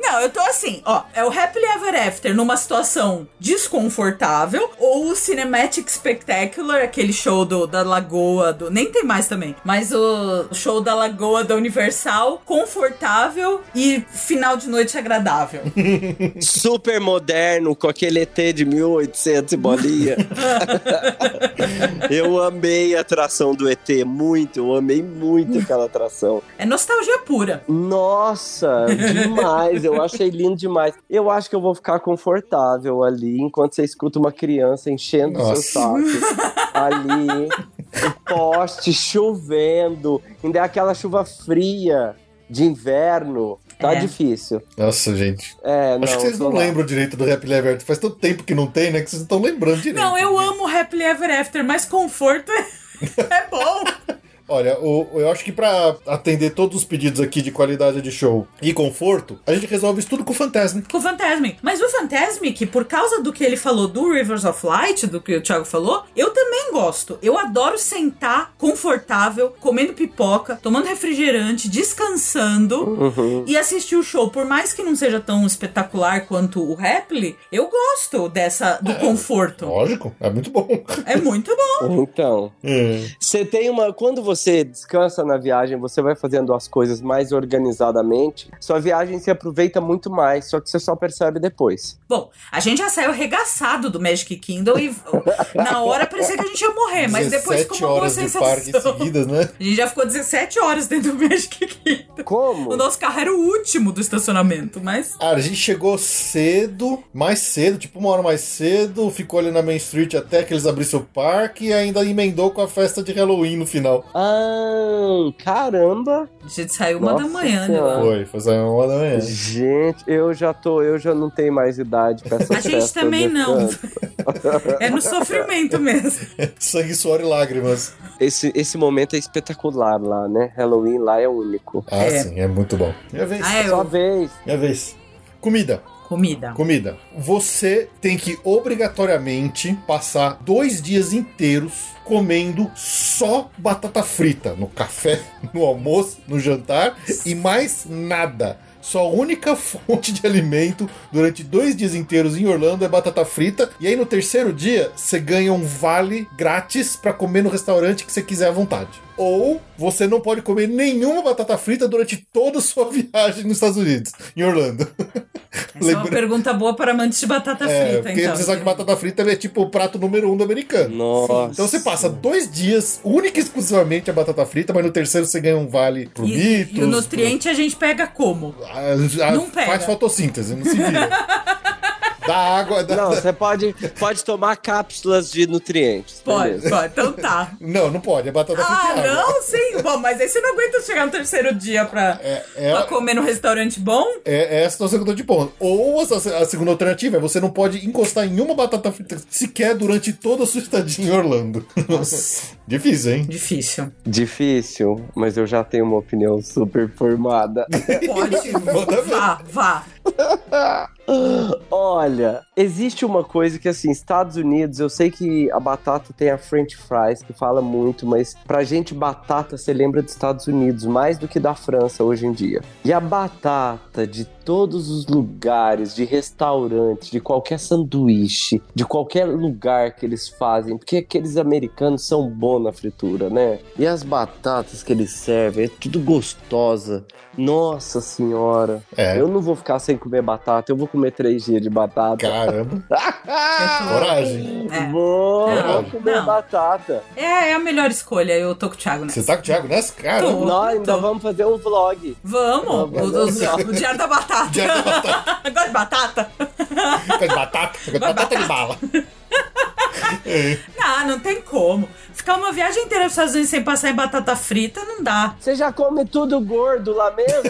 Speaker 4: Não, eu tô assim, ó, é o Happily Ever After numa situação desconfortável ou o Cinematic Spectacular, aquele show do, da Lagoa, do nem tem mais também, mas o show da Lagoa da Universal, confortável e final de noite agradável.
Speaker 5: Super moderno, com aquele ET de 1800 e bolinha. eu amei a atração do ET, muito, eu amei muito aquela atração.
Speaker 4: É nostalgia pura.
Speaker 5: Nossa, demais, eu achei lindo demais. Eu acho que eu vou ficar confortável ali, enquanto você escuta uma criança enchendo o seu
Speaker 1: Nossa.
Speaker 5: saco. ali, o poste chovendo, ainda é aquela chuva fria de inverno. Tá
Speaker 4: É.
Speaker 5: difícil.
Speaker 1: Nossa, gente.
Speaker 5: É, não,
Speaker 1: Acho que vocês
Speaker 5: tô
Speaker 1: não
Speaker 5: lá.
Speaker 1: lembram direito do Rap Ever After. Faz tanto tempo que não tem, né? Que vocês não estão lembrando direito.
Speaker 4: Não, eu amo Happily Ever After, mas conforto é, é bom.
Speaker 1: Olha, o- eu acho que pra atender todos os pedidos aqui de qualidade de show e conforto, a gente resolve isso tudo com o Fantasmic.
Speaker 4: Com o Fantasmic. Mas o Fantasmic, por causa do que ele falou do Rivers of Light, do que o Thiago falou, eu também gosto. Eu adoro sentar confortável, comendo pipoca, tomando refrigerante, descansando
Speaker 1: Uhum.
Speaker 4: e assistir o show. Por mais que não seja tão espetacular quanto o Rapley, eu gosto dessa
Speaker 1: É.
Speaker 4: do conforto.
Speaker 1: Lógico, é muito bom.
Speaker 4: É muito bom.
Speaker 5: Então,
Speaker 1: É.
Speaker 5: você tem uma. Quando você descansa na viagem, você vai fazendo as coisas mais organizadamente, sua viagem se aproveita muito mais, só que você só percebe depois.
Speaker 4: Bom, a gente já saiu arregaçado do Magic Kingdom e na hora parecia que a gente ia morrer, É, mas depois ficou
Speaker 1: 17
Speaker 4: uma boa
Speaker 1: horas de
Speaker 4: sensação.
Speaker 1: parque seguidas, né?
Speaker 4: A gente já ficou 17 horas dentro do Magic Kingdom. O
Speaker 5: Como?
Speaker 4: nosso carro era o último do estacionamento, mas.
Speaker 1: Ah, a gente chegou cedo, mais cedo, tipo uma hora mais cedo, ficou ali na Main Street até que eles abrissem o parque e ainda emendou com a festa de Halloween no final.
Speaker 5: Ah, caramba!
Speaker 4: A gente saiu uma
Speaker 5: Nossa
Speaker 4: da manhã, né?
Speaker 5: Senhora. Ah.
Speaker 1: Foi, foi sair uma hora da manhã.
Speaker 5: Gente, eu já tô, eu já não tenho mais idade pra essa né?
Speaker 4: A gente também não. É no sofrimento mesmo.
Speaker 1: Sangue, suor e lágrimas.
Speaker 5: Esse, esse momento é espetacular lá, né? Halloween lá é único.
Speaker 1: Ah,
Speaker 4: É.
Speaker 1: sim, é muito bom. Minha vez.
Speaker 4: Ah, é,
Speaker 5: Só
Speaker 4: eu-
Speaker 5: vez.
Speaker 1: Minha vez. Comida.
Speaker 4: Comida.
Speaker 1: Comida. Você tem que obrigatoriamente passar dois dias inteiros comendo só batata frita no café, no almoço, no jantar e mais nada. Sua única fonte de alimento durante dois dias inteiros em Orlando é batata frita. E aí no terceiro dia você ganha um vale grátis pra comer no restaurante que você quiser à vontade. Ou você não pode comer nenhuma batata frita durante toda a sua viagem nos Estados Unidos, em Orlando.
Speaker 4: Essa é uma
Speaker 1: Lembra-
Speaker 4: pergunta boa para amantes de batata
Speaker 1: é,
Speaker 4: frita,
Speaker 1: porque
Speaker 4: então.
Speaker 1: você sabe que batata frita é tipo o prato número um do americano.
Speaker 5: Nossa.
Speaker 1: Então você passa dois dias, única e exclusivamente a batata frita, mas no terceiro você ganha um vale pro
Speaker 4: E,
Speaker 1: mitos.
Speaker 4: e o nutriente a gente pega como?
Speaker 1: pro- a- a-
Speaker 4: Não pega.
Speaker 1: Faz fotossíntese, não se vira. da água. Da,
Speaker 5: Não,
Speaker 1: da-
Speaker 5: você pode, pode tomar cápsulas de nutrientes.
Speaker 4: Pode,
Speaker 5: beleza.
Speaker 4: pode. Então tá.
Speaker 1: não, não pode, é batata
Speaker 4: Ah,
Speaker 1: frita e água.
Speaker 4: não? Sim. Bom, mas aí você não aguenta chegar no terceiro dia pra,
Speaker 1: É,
Speaker 4: pra
Speaker 1: é,
Speaker 4: comer num restaurante bom?
Speaker 1: é, é a situação que eu tô te pondo. Ou a, a segunda alternativa é você não pode encostar em uma batata frita sequer durante toda a sua estadia em Orlando.
Speaker 4: Nossa,
Speaker 1: Difícil, hein?
Speaker 4: difícil.
Speaker 5: Difícil, mas eu já tenho uma opinião super formada.
Speaker 4: Pode.
Speaker 1: Manda ver.
Speaker 4: vá, vá.
Speaker 5: Ah, Olha, existe uma coisa que assim, Estados Unidos, eu sei que a batata tem a French fries que fala muito, mas pra gente batata você lembra dos Estados Unidos mais do que da França hoje em dia. E a batata de todos os lugares, de restaurante, de qualquer sanduíche, de qualquer lugar que eles fazem, porque aqueles americanos são bons na fritura, né? E as batatas que eles servem, é tudo gostosa. Nossa senhora.
Speaker 1: É.
Speaker 5: Eu não vou ficar sem comer batata, eu vou comer três dias de batata.
Speaker 1: Caramba,
Speaker 4: Eu
Speaker 1: coragem.
Speaker 4: tô... é.
Speaker 5: Vou,
Speaker 1: Não,
Speaker 5: vou comer
Speaker 4: não.
Speaker 5: batata.
Speaker 4: É, é a melhor escolha. Eu tô com o Thiago né? nessa.
Speaker 1: Você tá com o Thiago nessa? Caramba.
Speaker 4: Tô,
Speaker 5: Nós ainda
Speaker 4: tô.
Speaker 5: vamos fazer um vlog.
Speaker 4: Vamos!
Speaker 5: Não,
Speaker 4: o, o- o Diário da Batata.
Speaker 1: Diário da
Speaker 4: Gosta de batata?
Speaker 1: Fica de batata, fica de batata de bala.
Speaker 4: Não, não tem como. Ficar uma viagem inteira pros Estados Unidos sem passar em batata frita não dá.
Speaker 5: Você já come tudo gordo lá mesmo?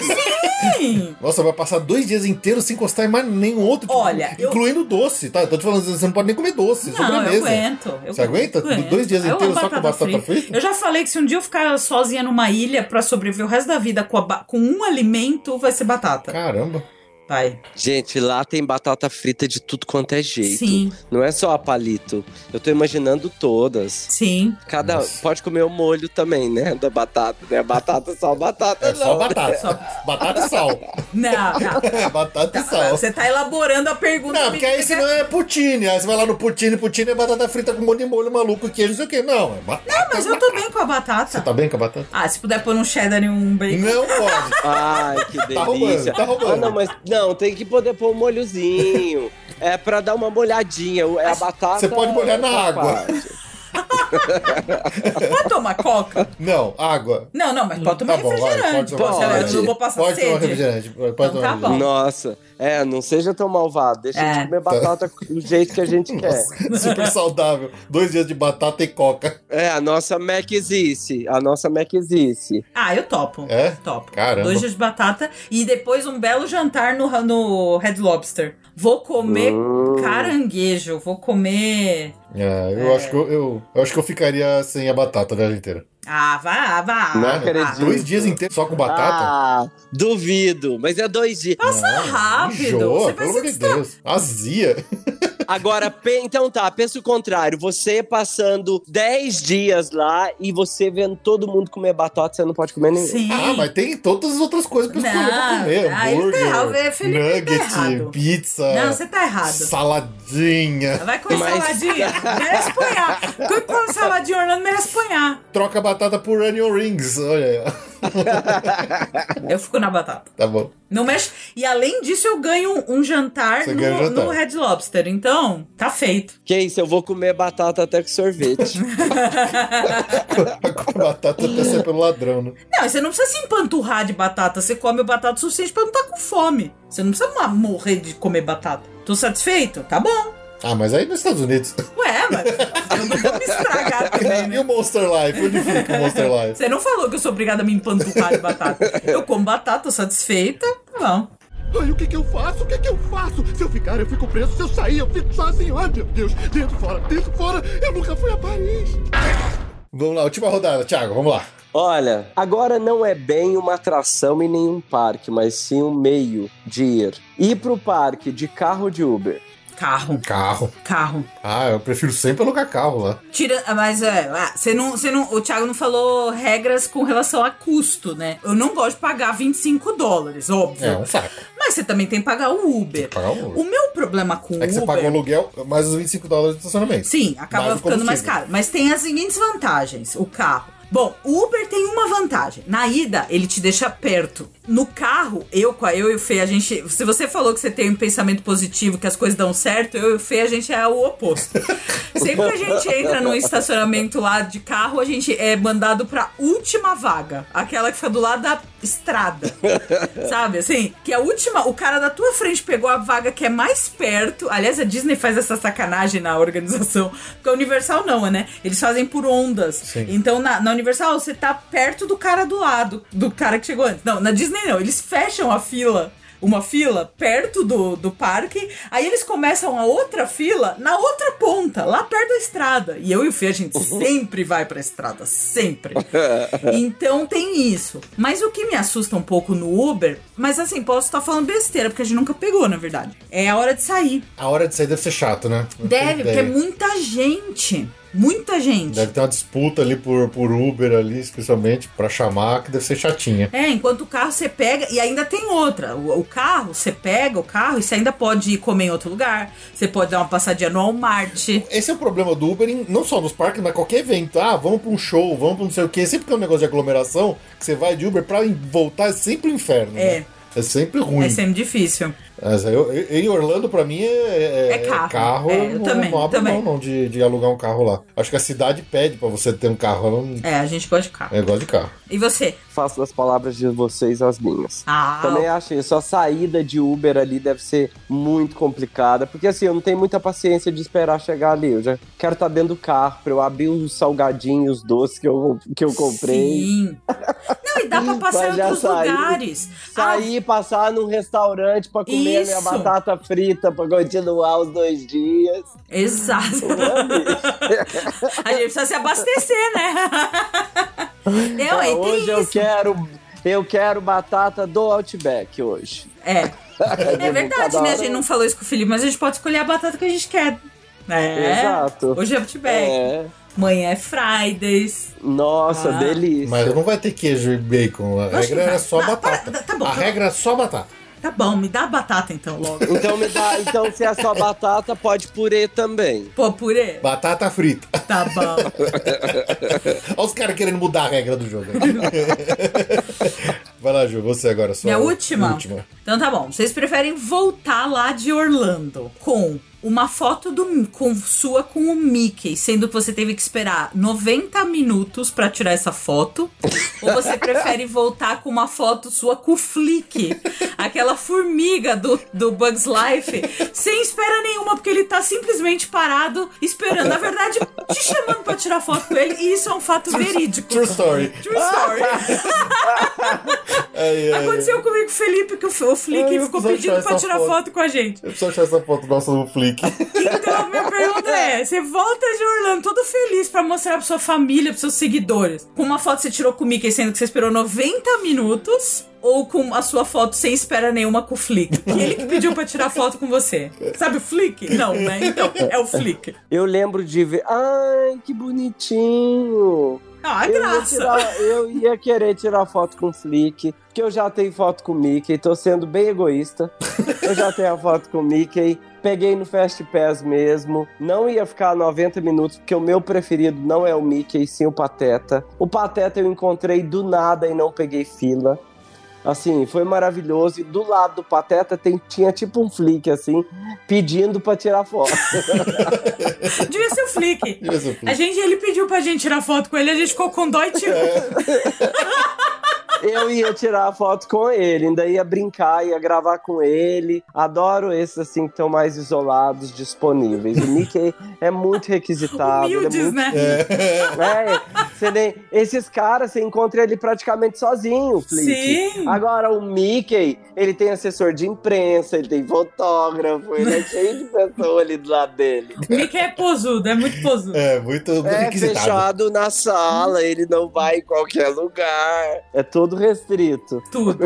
Speaker 4: Sim!
Speaker 1: Nossa, vai passar dois dias inteiros sem encostar em mais nenhum outro. tipo,
Speaker 4: Olha, eu-
Speaker 1: incluindo doce, tá? Eu tô te falando, você não pode nem comer doce,
Speaker 4: Não, eu
Speaker 1: sobremesa.
Speaker 4: aguento. eu
Speaker 1: Você aguenta?
Speaker 4: aguento.
Speaker 1: Dois dias
Speaker 4: Eu amo
Speaker 1: inteiros só com batata frita?
Speaker 4: Eu já falei que se um dia eu ficar sozinha numa ilha pra sobreviver o resto da vida com, a ba- com um alimento, vai ser batata.
Speaker 1: Caramba.
Speaker 4: Vai.
Speaker 5: Gente, lá tem batata frita de tudo quanto é jeito.
Speaker 4: Sim,
Speaker 5: Não é só a palito. Eu tô imaginando todas.
Speaker 4: sim.
Speaker 5: Cada
Speaker 1: Nossa.
Speaker 5: pode comer o molho também, né? Da batata, né? Batata só batata.
Speaker 1: É só
Speaker 5: não.
Speaker 1: batata.
Speaker 4: Só-
Speaker 1: Batata e sal. É,
Speaker 4: Não, não.
Speaker 1: batata e sal.
Speaker 4: Você tá elaborando a pergunta.
Speaker 1: Não, porque aí
Speaker 4: você
Speaker 1: você não é poutine. Aí você vai lá no poutine, poutine é batata frita com um monte de molho maluco, queijo, não sei o quê. Não, é batata.
Speaker 4: Ah, mas eu tô bem com a batata.
Speaker 1: Tá bem com a batata?
Speaker 4: Ah, se puder pôr um cheddar e um bacon.
Speaker 1: Não pode.
Speaker 5: Ai, que delícia.
Speaker 1: roubando, tá roubando.
Speaker 5: Ah, não, mas não, tem que poder pôr um molhozinho. É pra dar uma molhadinha. É a batata.
Speaker 1: Você pode molhar na
Speaker 5: faz
Speaker 1: água.
Speaker 5: parte.
Speaker 4: Pode tomar coca?
Speaker 1: Não, água.
Speaker 4: Não, não, mas pode tomar
Speaker 1: Tá bom, vai,
Speaker 4: refrigerante.
Speaker 1: pode tomar
Speaker 4: Poxa, Eu não
Speaker 5: refrigerante.
Speaker 4: vou passar
Speaker 1: Pode tomar
Speaker 4: sede.
Speaker 1: refrigerante. Pode
Speaker 4: Então
Speaker 1: tomar
Speaker 4: tá bom.
Speaker 1: refrigerante.
Speaker 5: Nossa, é, não seja tão malvado. Deixa
Speaker 4: É.
Speaker 5: de comer batata do jeito que a gente quer.
Speaker 1: Super saudável. Dois dias de batata e coca.
Speaker 5: É, a nossa Mac existe. A nossa Mac existe.
Speaker 4: Ah, eu topo.
Speaker 1: É?
Speaker 4: Topo.
Speaker 1: Caramba.
Speaker 4: Dois dias de batata e depois um belo jantar no, no Red Lobster. Vou comer caranguejo, vou comer.
Speaker 1: É, eu, Acho que eu, eu- eu acho que eu ficaria sem a batata a viagem inteira.
Speaker 4: Ah, vá, vá.
Speaker 5: Não
Speaker 1: Né?
Speaker 4: vá.
Speaker 5: acredito.
Speaker 1: Dois dias inteiros só com batata?
Speaker 5: Ah, duvido. Mas é dois dias.
Speaker 4: Passa rápido.
Speaker 1: Enjoa,
Speaker 4: Você tá vai
Speaker 1: pelo
Speaker 4: se
Speaker 1: amor de Deus. Azia.
Speaker 5: Agora, pe- então tá, pensa o contrário. Você passando 10 dias lá e você vendo todo mundo comer batata, você não pode comer nenhum.
Speaker 4: Sim.
Speaker 1: Ah, mas tem todas as outras coisas pra escolher pra
Speaker 4: Não,
Speaker 1: comer.
Speaker 4: aí tá
Speaker 1: Hambúrguer,
Speaker 4: errado, é, Felipe, tá errado.
Speaker 1: nugget, pizza,
Speaker 4: Não, você tá errado.
Speaker 1: saladinha.
Speaker 4: Vai comer
Speaker 5: Mas-
Speaker 4: saladinha. Merece apanhar. Quando come saladinha, Orlando merece apanhar.
Speaker 1: Troca a batata por onion rings. Olha aí.
Speaker 4: Eu fico na batata.
Speaker 1: Tá bom.
Speaker 4: Não mexe. E além disso, eu ganho um jantar,
Speaker 1: Você
Speaker 4: no,
Speaker 1: ganha um jantar.
Speaker 4: no Red Lobster. Então, tá feito.
Speaker 5: Que é isso, eu vou comer batata até com sorvete.
Speaker 1: A batata até ser pelo ladrão, né?
Speaker 4: Não, e você não precisa se empanturrar de batata. Você come batata o suficiente pra não estar com fome. Você não precisa ma- morrer de comer batata. Tô satisfeito? Tá bom.
Speaker 1: Ah, mas aí nos Estados Unidos.
Speaker 4: Ué, mas eu não vou me estragar também,
Speaker 1: E
Speaker 4: né?
Speaker 1: o Monster Life? Onde fica o Monster Life?
Speaker 4: Você não falou que eu sou obrigada a me empanturrar de batata. Eu como batata satisfeita. Tá bom.
Speaker 7: Ai, o que que eu faço? O que que eu faço? Se eu ficar, eu fico preso. Se eu sair, eu fico sozinho. Ai, meu Deus. Dentro, fora, dentro, fora. Eu nunca fui a Paris.
Speaker 1: Vamos lá, última rodada, Thiago, vamos lá.
Speaker 5: Olha, agora não é bem uma atração em nenhum parque, mas sim um meio de ir. Ir pro parque de carro de Uber.
Speaker 4: Carro,
Speaker 1: Carro.
Speaker 4: carro.
Speaker 1: Ah, eu prefiro sempre alugar carro lá.
Speaker 4: Tira, ah, mas é, ah, você não, você não, o Thiago não falou regras com relação a custo, né? Eu não gosto de pagar 25 dólares, óbvio.
Speaker 1: É, um saco.
Speaker 4: Mas você também tem que pagar o Uber.
Speaker 1: Pagar um...
Speaker 4: O meu problema com o
Speaker 1: É que você
Speaker 4: Uber.
Speaker 1: paga o aluguel mais os 25 dólares de estacionamento.
Speaker 4: Sim, acaba
Speaker 1: Mais o
Speaker 4: ficando mais
Speaker 1: combustível.
Speaker 4: caro. Mas tem as seguintes vantagens: o carro. Bom, o Uber tem uma vantagem. Na ida, ele te deixa perto. No carro, eu, com a- eu e o Fê, a gente. Se você falou que você tem um pensamento positivo, que as coisas dão certo, eu e o Fê, a gente é o oposto. Sempre que a gente entra num estacionamento lá de carro, a gente é mandado pra última vaga. Aquela que fica do lado da estrada. Sabe assim? Que a última, o cara da tua frente pegou a vaga que é mais perto. Aliás, a Disney faz essa sacanagem na organização. Porque a Universal não, né? Eles fazem por ondas. Então na, na Universal você tá perto do cara do lado, do cara que chegou antes. Não, na Disney não. Eles fecham a fila. Uma fila perto do, do parque, aí eles começam a outra fila na outra ponta, lá perto da estrada. E eu e o Fê, a gente
Speaker 1: Uhum.
Speaker 4: sempre vai pra estrada, sempre. Então tem isso. Mas o que me assusta um pouco no Uber, mas assim, posso estar falando besteira, porque a gente nunca pegou, na verdade. É a hora de sair.
Speaker 1: A hora de sair deve ser chato, né? Não tem
Speaker 4: Deve, porque é
Speaker 1: ideia.
Speaker 4: muita gente. Muita gente.
Speaker 1: Deve ter uma disputa ali por, por Uber ali, especialmente, pra chamar, que deve ser chatinha.
Speaker 4: É, enquanto o carro você pega, e ainda tem outra. O, o carro, você pega o carro e você ainda pode ir comer em outro lugar. Você pode dar uma passadinha no Walmart.
Speaker 1: Esse é o problema do Uber, em- não só nos parques, mas qualquer evento. Ah, vamos pra um show, vamos pra não sei o quê. Sempre que é um negócio de aglomeração, que você vai de Uber pra em- voltar é sempre um inferno.
Speaker 4: É.
Speaker 1: né? É sempre ruim.
Speaker 4: É sempre difícil.
Speaker 1: Mas eu- eu- em Orlando, pra mim, é,
Speaker 4: É carro. É, eu
Speaker 1: eu não,
Speaker 4: também,
Speaker 1: não abro
Speaker 4: também.
Speaker 1: mão não, de, de alugar um carro lá. Acho que a cidade pede pra você ter um carro. Eu, não-
Speaker 4: É, a gente gosta de carro.
Speaker 1: eu gosto de carro.
Speaker 5: É.
Speaker 4: E você?
Speaker 5: Faço das palavras de vocês as minhas.
Speaker 4: Ah,
Speaker 5: Também é acho isso. A saída de Uber ali deve ser muito complicada, porque assim, eu não tenho muita paciência de esperar chegar ali. Eu já quero estar dentro do carro pra eu abrir os salgadinhos, os doces que eu, que eu comprei.
Speaker 4: Sim. Não, e dá pra passar em
Speaker 5: Mas já
Speaker 4: outros
Speaker 5: saiu.
Speaker 4: lugares. Ah,
Speaker 5: Sair, passar num restaurante pra comer a minha
Speaker 4: Isso.
Speaker 5: batata frita pra continuar os dois dias.
Speaker 4: Ah, Exato. a gente precisa se abastecer, né? Não,
Speaker 5: Ah,
Speaker 4: e tem
Speaker 5: hoje eu
Speaker 4: isso.
Speaker 5: quero. Eu quero batata do Outback hoje.
Speaker 4: É. É verdade,
Speaker 5: Cada
Speaker 4: né? A
Speaker 5: hora-
Speaker 4: gente não falou isso com o Felipe, mas a gente pode escolher a batata que a gente quer. É.
Speaker 5: Exato.
Speaker 4: Hoje é Outback.
Speaker 5: É.
Speaker 4: Manhã é Fridays.
Speaker 5: Nossa,
Speaker 4: Ah.
Speaker 5: delícia.
Speaker 1: Mas não vai ter queijo e bacon. A
Speaker 4: que
Speaker 1: regra
Speaker 4: vai.
Speaker 1: é só
Speaker 4: Não,
Speaker 1: batata.
Speaker 4: para- tá bom,
Speaker 1: a
Speaker 4: tá-
Speaker 1: regra é só batata.
Speaker 4: Tá bom, me dá a batata então logo.
Speaker 5: Então me dá, então se é só batata, pode purê também.
Speaker 4: Pô, purê.
Speaker 1: Batata frita.
Speaker 4: Tá bom.
Speaker 1: Olha os caras querendo mudar a regra do jogo. Vai lá, Ju, você agora. Sua
Speaker 4: Minha última? Então tá bom. Vocês preferem voltar lá de Orlando com uma foto do, com, sua com o Mickey, sendo que você teve que esperar 90 minutos pra tirar essa foto, ou você prefere voltar com uma foto sua com o Flick, aquela formiga do, do Bugs Life, sem espera nenhuma, porque ele tá simplesmente parado esperando. Na verdade, te chamando pra tirar foto com ele, e isso é um fato verídico.
Speaker 1: True story.
Speaker 4: True story.
Speaker 1: Ai, ai, ai.
Speaker 4: Aconteceu comigo, Felipe, que o, F- o Flick
Speaker 1: Ai, eu
Speaker 4: ficou
Speaker 1: preciso achar
Speaker 4: pedindo pra
Speaker 1: essa
Speaker 4: tirar
Speaker 1: foto.
Speaker 4: foto com a gente.
Speaker 1: Eu preciso achar essa foto nossa no Flick.
Speaker 4: Então, a minha pergunta é: você volta de Orlando todo feliz pra mostrar pra sua família, pros seus seguidores, com uma foto que você tirou com o Mickey, sendo que você esperou 90 minutos, ou com a sua foto sem espera nenhuma com o Flick? Que ele que pediu pra tirar foto com você. Sabe o Flick? Não, né? Então, é o Flick.
Speaker 5: Eu lembro de ver. Ai, que bonitinho!
Speaker 4: Ah, a
Speaker 5: Eu ia,
Speaker 4: graça.
Speaker 5: tirar- eu ia querer tirar foto com o Flick, porque eu já tenho foto com o Mickey, tô sendo bem egoísta. Eu já tenho a foto com o Mickey, peguei no Fast Pass mesmo. Não ia ficar 90 minutos, porque o meu preferido não é o Mickey, sim o Pateta. O Pateta eu encontrei do nada e não peguei fila. Assim, foi maravilhoso. E do lado do Pateta tem- tinha tipo um Flick, assim, pedindo pra tirar foto.
Speaker 4: Devia ser o Flick.
Speaker 1: Devia ser é o Flick.
Speaker 4: A gente, ele pediu pra gente tirar foto com ele, a gente ficou com dó e tirou.
Speaker 5: Eu ia tirar a foto com ele, ainda ia brincar, ia gravar com ele. Adoro esses assim que estão mais isolados, disponíveis. O Mickey é muito requisitado. ele é
Speaker 4: Humildes,
Speaker 5: muito-
Speaker 4: né?
Speaker 5: É, você nem- esses caras, você encontra ele praticamente sozinho, Flick.
Speaker 4: Sim.
Speaker 5: Agora, o Mickey, ele tem assessor de imprensa, ele tem fotógrafo, ele é cheio de pessoa ali do lado dele.
Speaker 4: O Mickey é posudo, é muito posudo.
Speaker 1: É, muito, muito
Speaker 5: É
Speaker 1: requisitado.
Speaker 5: fechado na sala, ele não vai em qualquer lugar. É todo restrito.
Speaker 4: Tudo.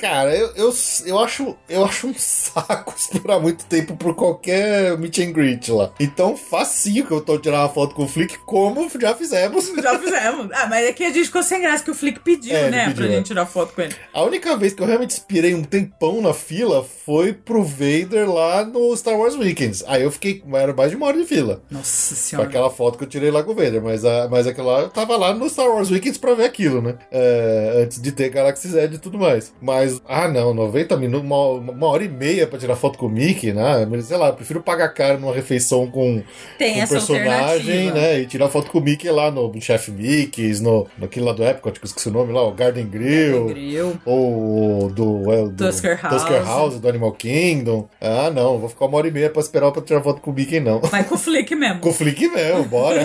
Speaker 1: Cara, eu, eu, eu, acho, eu acho um saco esperar muito tempo por qualquer meet and greet lá. Então, facinho que eu tô tirando uma foto com o Flick, como já fizemos.
Speaker 4: Já fizemos. Ah, mas é que a gente ficou sem graça, que o Flick pediu,
Speaker 1: É, ele
Speaker 4: né?
Speaker 1: pediu,
Speaker 4: pra
Speaker 1: é.
Speaker 4: gente tirar foto com ele.
Speaker 1: A única vez que eu realmente esperei um tempão na fila foi pro Vader lá no Star Wars Weekends. Aí eu fiquei, era mais de uma hora de fila.
Speaker 4: Nossa
Speaker 1: Pra
Speaker 4: senhora.
Speaker 1: aquela foto que eu tirei lá com o Vader, mas, a, mas aquela lá eu tava lá no Star Wars Weekends pra ver aquilo, né? É, antes de ter Galaxy Z e tudo mais. Mas, ah não, 90 minutos, uma, uma hora e meia pra tirar foto com o Mickey, né? Mas, sei lá, eu prefiro pagar caro numa refeição com,
Speaker 4: Tem
Speaker 1: com o
Speaker 4: essa
Speaker 1: personagem,
Speaker 4: alternativa.
Speaker 1: né? E tirar foto com o Mickey lá no, no Chef Mickey's, no, naquele lá do Epcot, que eu esqueci o nome lá, o Garden Grill.
Speaker 4: Gril.
Speaker 1: Ou do, é, do
Speaker 4: Tusker House.
Speaker 1: Tusker House, do Animal Kingdom. Ah, não, vou ficar uma hora e meia pra esperar pra tirar foto com o Mickey, não.
Speaker 4: Vai com o Flick mesmo.
Speaker 1: Com o Flick mesmo, bora.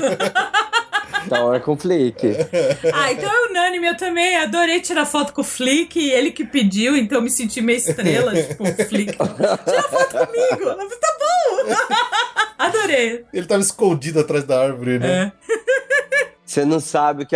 Speaker 5: Então é com o Flick.
Speaker 4: Ah, então é unânime, eu também adorei tirar foto com o Flick, ele que pediu, então eu me senti meio estrela, tipo, o Flick. Tira foto comigo! Eu falei, Tá bom! Adorei.
Speaker 1: Ele tava escondido atrás da árvore, né?
Speaker 4: É.
Speaker 5: Você não sabe o que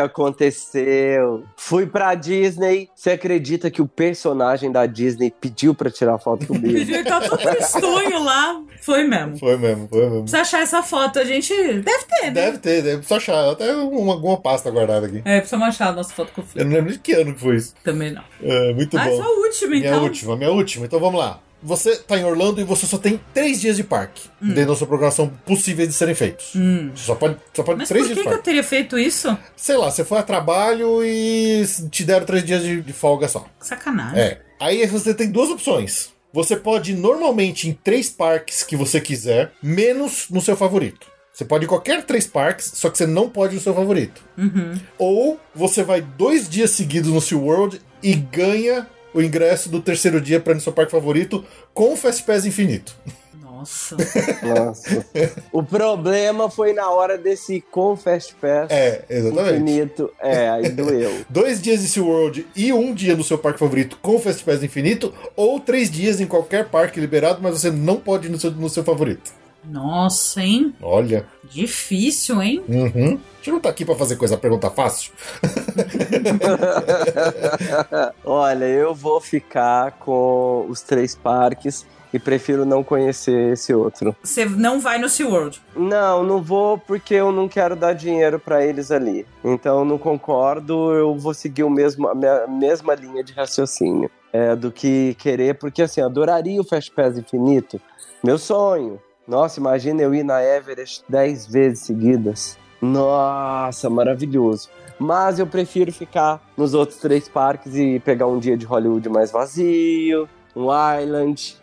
Speaker 5: aconteceu. Fui pra Disney. Você acredita que o personagem da Disney pediu pra tirar foto comigo?
Speaker 4: Pediu, ele tava todo tristonho lá. Foi mesmo.
Speaker 1: Foi mesmo, foi mesmo.
Speaker 4: Precisa achar essa foto, a gente deve ter, né?
Speaker 1: Deve ter, deve só achar. Até uma, alguma pasta guardada aqui.
Speaker 4: É, precisamos achar a nossa foto com o
Speaker 1: Eu
Speaker 4: Flick.
Speaker 1: não lembro de que ano que foi isso.
Speaker 4: Também não.
Speaker 1: É, muito
Speaker 4: ah,
Speaker 1: bom. é
Speaker 4: só a última,
Speaker 1: minha
Speaker 4: então.
Speaker 1: última, minha última. Então vamos lá. Você tá em Orlando e você só tem três dias de parque
Speaker 4: Hum.
Speaker 1: dentro da sua programação possíveis de serem feitos. Você só pode, só pode
Speaker 4: Mas
Speaker 1: três dias
Speaker 4: por
Speaker 1: de
Speaker 4: que, que
Speaker 1: parque.
Speaker 4: eu teria feito isso?
Speaker 1: Sei lá, você foi a trabalho e te deram três dias de, de folga só.
Speaker 4: Que Sacanagem.
Speaker 1: É. Aí você tem duas opções. Você pode ir normalmente em três parques que você quiser, menos no seu favorito. Você pode ir em qualquer três parques, só que você não pode ir no seu favorito.
Speaker 4: Uhum.
Speaker 1: Ou você vai dois dias seguidos no SeaWorld e ganha o ingresso do terceiro dia para ir no seu parque favorito com o Fast Pass infinito.
Speaker 4: Nossa.
Speaker 5: Nossa. O problema foi na hora desse com Fast Pass.
Speaker 1: É, exatamente.
Speaker 5: Infinito, é, aí doeu.
Speaker 1: Dois dias de SeaWorld e um dia no seu parque favorito com o Fast Pass infinito, ou três dias em qualquer parque liberado, mas você não pode ir no seu, no seu favorito.
Speaker 4: Nossa, hein?
Speaker 1: Olha.
Speaker 4: Difícil, hein?
Speaker 1: Uhum. A gente não tá aqui pra fazer coisa, pergunta fácil.
Speaker 5: Olha, eu vou ficar com os três parques e prefiro não conhecer esse outro.
Speaker 4: Você não vai no SeaWorld.
Speaker 5: Não, não vou porque eu não quero dar dinheiro pra eles ali. Então não concordo, eu vou seguir o mesmo, a me- mesma linha de raciocínio é, do que querer, porque assim, adoraria o Fast Pass Infinito, meu sonho. Nossa, imagina eu ir na Everest 10 vezes seguidas. Nossa, maravilhoso. Mas eu prefiro ficar nos outros três parques e pegar um dia de Hollywood mais vazio, um Island,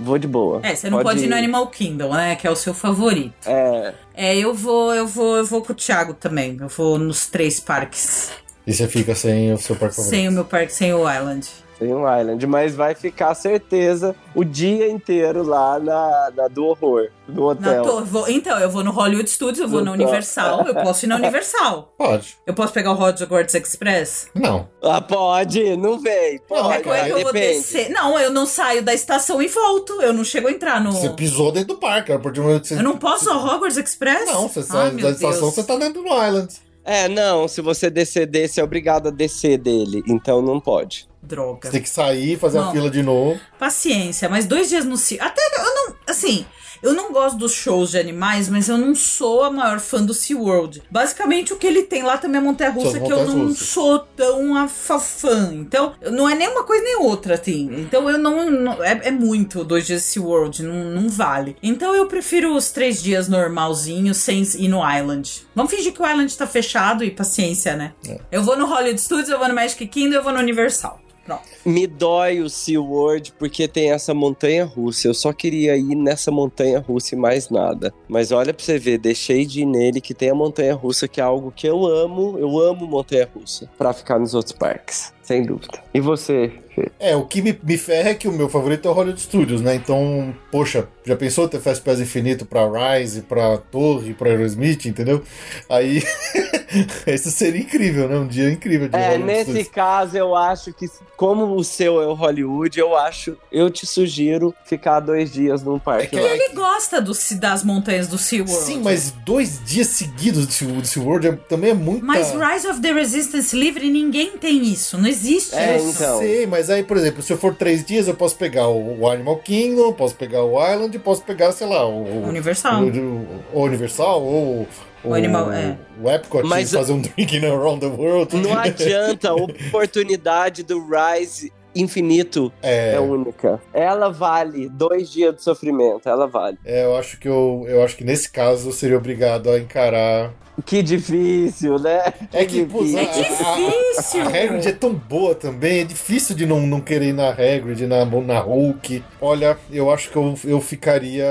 Speaker 5: Vou de boa.
Speaker 4: É, você não pode, ir no Animal Kingdom, né? Que é o seu favorito.
Speaker 5: É,
Speaker 4: É, eu vou, eu vou, eu vou com o Thiago também. Eu vou nos três parques.
Speaker 1: E você fica sem o seu parque favorito.
Speaker 4: Sem o meu parque, sem o Island.
Speaker 5: tem um Island, mas vai ficar certeza o dia inteiro lá na, na do horror, no
Speaker 4: Na
Speaker 5: hotel.
Speaker 4: torre. Vou- então, eu vou no Hollywood Studios, eu vou na
Speaker 5: Então.
Speaker 4: Universal. Eu posso ir na Universal.
Speaker 1: Pode.
Speaker 4: Eu posso pegar o Hogwarts Express?
Speaker 1: Não.
Speaker 5: Ah, pode, não vem.
Speaker 1: Não,
Speaker 5: Pode,
Speaker 4: é como é que eu vou
Speaker 5: depende.
Speaker 4: descer? Não, eu não saio da estação e volto. Eu não chego a entrar no.
Speaker 1: Você pisou dentro do parque. A partir do momento que você...
Speaker 4: Eu não posso ir ao Hogwarts Express?
Speaker 1: Não, você
Speaker 4: Ai,
Speaker 1: sai
Speaker 4: meu
Speaker 1: da estação,
Speaker 4: Deus.
Speaker 1: você tá dentro do Island.
Speaker 5: É, não, se você descer desse, você é obrigado a descer dele, então não pode.
Speaker 4: Droga.
Speaker 1: Você tem que sair, fazer
Speaker 4: Não.
Speaker 1: a fila de novo.
Speaker 4: Paciência, mas dois dias no circo. Até que eu não. Assim, eu não gosto dos shows de animais, mas eu não sou a maior fã do SeaWorld. Basicamente, o que ele tem lá também é Montanha
Speaker 1: Só
Speaker 4: Russa,
Speaker 1: as
Speaker 4: que eu não
Speaker 1: montanhas-russas.
Speaker 4: sou tão a fa- fã. Então, eu- não é nem uma coisa nem outra, assim. Então, eu não. não- é, é muito dois dias de SeaWorld, não, não vale. Então, eu prefiro os três dias normalzinhos, sem ir no Island. Vamos fingir que o Island tá fechado e paciência, né? Eu vou no Hollywood Studios, eu vou no Magic Kingdom, eu vou no Universal. Pronto.
Speaker 5: Me dói o SeaWorld porque tem essa montanha russa. Eu só queria ir nessa montanha russa e mais nada. Mas olha pra você ver, deixei de ir nele que tem a montanha russa, que é algo que eu amo. Eu amo montanha russa. Pra ficar nos outros parques, sem dúvida. E você, Fê?
Speaker 1: É, o que me, me ferra é que o meu favorito é o Hollywood Studios, né? Então, poxa, já pensou ter Fast Pass infinito pra Rise, pra Torre, pra Aerosmith, entendeu? Aí, isso seria incrível, né? Um dia incrível de
Speaker 5: É,
Speaker 1: Hollywood
Speaker 5: nesse
Speaker 1: Studios.
Speaker 5: caso eu acho que, como o seu é o Hollywood, eu acho, eu te sugiro ficar dois dias num
Speaker 1: É
Speaker 5: parque
Speaker 1: que,
Speaker 5: lá.
Speaker 1: é
Speaker 4: Ele gosta do, das montanhas do SeaWorld.
Speaker 1: Sim, mas dois dias seguidos de Sea- de SeaWorld é, também é muito.
Speaker 4: Mas Rise of the Resistance livre, ninguém tem isso. Não existe
Speaker 5: É,
Speaker 4: isso.
Speaker 5: então.
Speaker 1: Sei, mas aí, por exemplo, se eu for três dias, eu posso pegar o o Animal Kingdom, posso pegar o Island, posso pegar, sei lá, o, o-
Speaker 4: Universal.
Speaker 1: o- o Universal ou
Speaker 4: O Animal- é.
Speaker 1: o Epcot
Speaker 5: Mas-
Speaker 1: e fazer um drinking around the world.
Speaker 5: Não adianta, a oportunidade do Rise infinito
Speaker 1: É,
Speaker 5: é única. Ela vale dois dias de sofrimento, ela vale.
Speaker 1: é, eu acho que eu, eu acho que nesse caso eu seria obrigado a encarar.
Speaker 5: Que difícil, né?
Speaker 1: É que pô,
Speaker 5: difícil.
Speaker 1: a-
Speaker 4: É
Speaker 1: A,
Speaker 4: difícil.
Speaker 1: a, a Hagrid é tão boa também, é difícil de não, não querer ir na Hagrid, na, na Hulk. Olha, eu acho que eu, eu ficaria.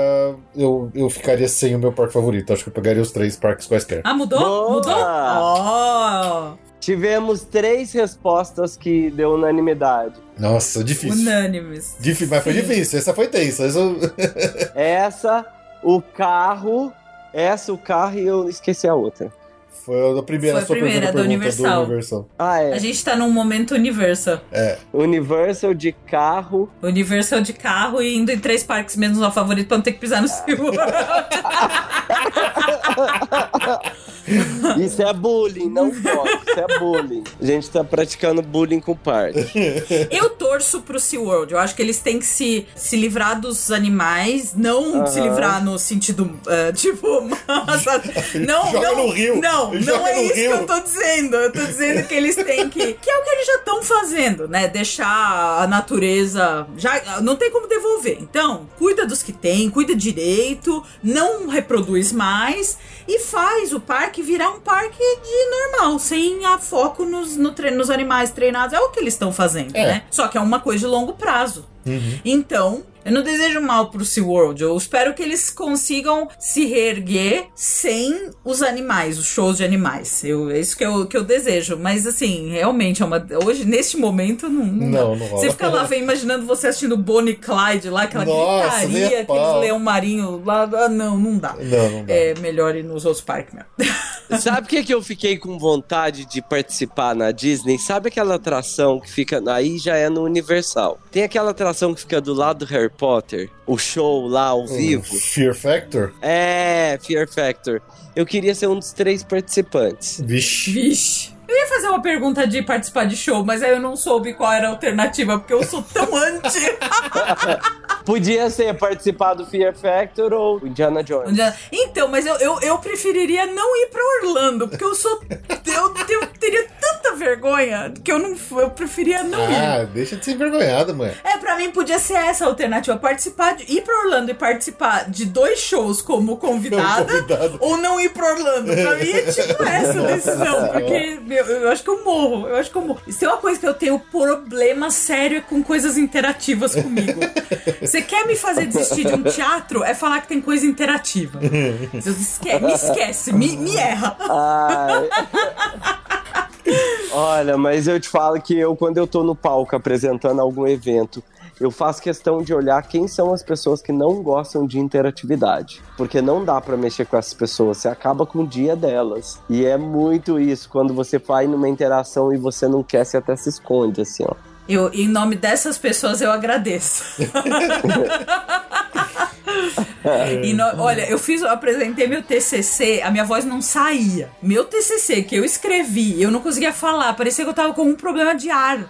Speaker 1: Eu, eu ficaria sem o meu parque favorito. Acho que eu pegaria os três parques quaisquer.
Speaker 4: Ah, mudou?
Speaker 5: Boa!
Speaker 4: Mudou? Ó,
Speaker 5: Tivemos três respostas que deu unanimidade.
Speaker 1: Nossa, difícil.
Speaker 4: unânimes.
Speaker 1: Difí- mas foi
Speaker 4: Sim.
Speaker 1: difícil, essa foi tensa. essa-
Speaker 5: Essa, o carro, essa, o carro e eu esqueci a outra.
Speaker 1: foi a primeira,
Speaker 4: Foi a
Speaker 1: sua
Speaker 4: primeira,
Speaker 1: primeira
Speaker 4: da
Speaker 1: pergunta
Speaker 4: Universal.
Speaker 1: do Universal.
Speaker 5: Ah,
Speaker 4: A
Speaker 5: é.
Speaker 4: gente tá num momento Universal.
Speaker 5: Universal de carro.
Speaker 4: Universal de carro e indo em três parques menos o favorito pra não ter que pisar no SeaWorld.
Speaker 5: Isso é bullying, não pode. Isso é bullying. A gente tá praticando bullying com o parque.
Speaker 4: Eu torço pro SeaWorld. Eu acho que eles têm que se, se livrar dos animais. Não
Speaker 5: Aham.
Speaker 4: se livrar no sentido, eh, tipo, mas- não,
Speaker 1: Joga
Speaker 4: não,
Speaker 1: no rio,
Speaker 4: Não, não
Speaker 1: joga
Speaker 4: é
Speaker 1: no
Speaker 4: isso
Speaker 1: rio.
Speaker 4: que eu tô dizendo. Eu tô dizendo que eles têm que... Que é o que eles já estão fazendo, né? Deixar a natureza... já Não tem como devolver. Então, cuida dos que tem, cuida direito, não reproduz mais e faz o parque virar um parque de normal, sem a foco nos, no tre- nos animais treinados. É o que eles estão fazendo,
Speaker 1: É.
Speaker 4: né? Só que é uma coisa de longo prazo. Então, eu não desejo mal pro SeaWorld. Eu espero que eles consigam se reerguer sem os animais, os shows de animais. Eu, é isso que eu, que eu desejo. Mas, assim, realmente, é uma, hoje, neste momento, não.
Speaker 1: Não, não rola.
Speaker 4: Você fica lá vem, imaginando você assistindo Bonnie e Clyde lá, aquela
Speaker 1: Nossa, nem a
Speaker 4: gritaria, aqueles
Speaker 1: pau.
Speaker 4: leão marinho lá. ah, Não, não dá.
Speaker 1: Não, não dá.
Speaker 4: É melhor ir nos outros parques mesmo.
Speaker 5: Sabe por que, que eu fiquei com vontade de participar na Disney? Sabe aquela atração que fica. Aí já é no Universal. Tem aquela atração que fica do lado do Harry Potter, o show lá ao vivo.
Speaker 1: Fear Factor?
Speaker 5: É, Fear Factor. Eu queria ser um dos três participantes.
Speaker 1: Vixe.
Speaker 4: Vixe. Eu ia fazer uma pergunta de participar de show, mas aí eu não soube qual era a alternativa, porque eu sou tão anti.
Speaker 5: Podia ser participar do Fear Factor ou Indiana Jones.
Speaker 4: Onde ela- Então, mas eu, eu, eu preferiria não ir pra Orlando, porque eu sou. Eu, eu teria tanta vergonha que eu não eu preferia não ir.
Speaker 1: Ah, deixa de ser envergonhada, mãe.
Speaker 4: É, pra mim podia ser essa a alternativa. Participar de, ir pra Orlando e participar de dois shows como convidada,
Speaker 1: Como convidada.
Speaker 4: ou não ir pra Orlando. Pra mim é tipo essa a decisão. Porque meu, eu acho que eu morro. Eu acho que eu morro. Se tem uma coisa que eu tenho problema sério é com coisas interativas comigo. Você quer me fazer desistir de um teatro? É falar que tem coisa interativa. Você esque- me esquece, me, me erra.
Speaker 5: Ai. Olha, mas eu te falo que eu, quando eu tô no palco apresentando algum evento, eu faço questão de olhar quem são as pessoas que não gostam de interatividade. Porque não dá pra mexer com essas pessoas, você acaba com o dia delas. E é muito isso, quando você vai numa interação e você não quer, você até se esconde, assim, ó.
Speaker 4: Eu, em nome dessas pessoas, eu agradeço. E no- olha, eu fiz, eu apresentei meu TCC, a minha voz não saía. Meu TCC que eu escrevi, eu não conseguia falar, parecia que eu tava com um problema de ar.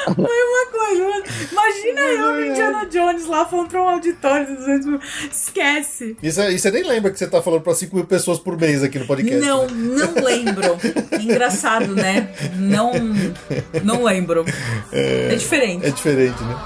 Speaker 4: Foi uma coisa, mano. imagina eu, Indiana Jones, lá falando pra um auditório de 200 mil. Esquece.
Speaker 1: Isso, aí você nem lembra que você tá falando pra 5 mil pessoas por mês aqui no podcast.
Speaker 4: Não,
Speaker 1: né?
Speaker 4: não lembro. Engraçado, né? Não, não lembro. É, diferente.
Speaker 1: É diferente, né?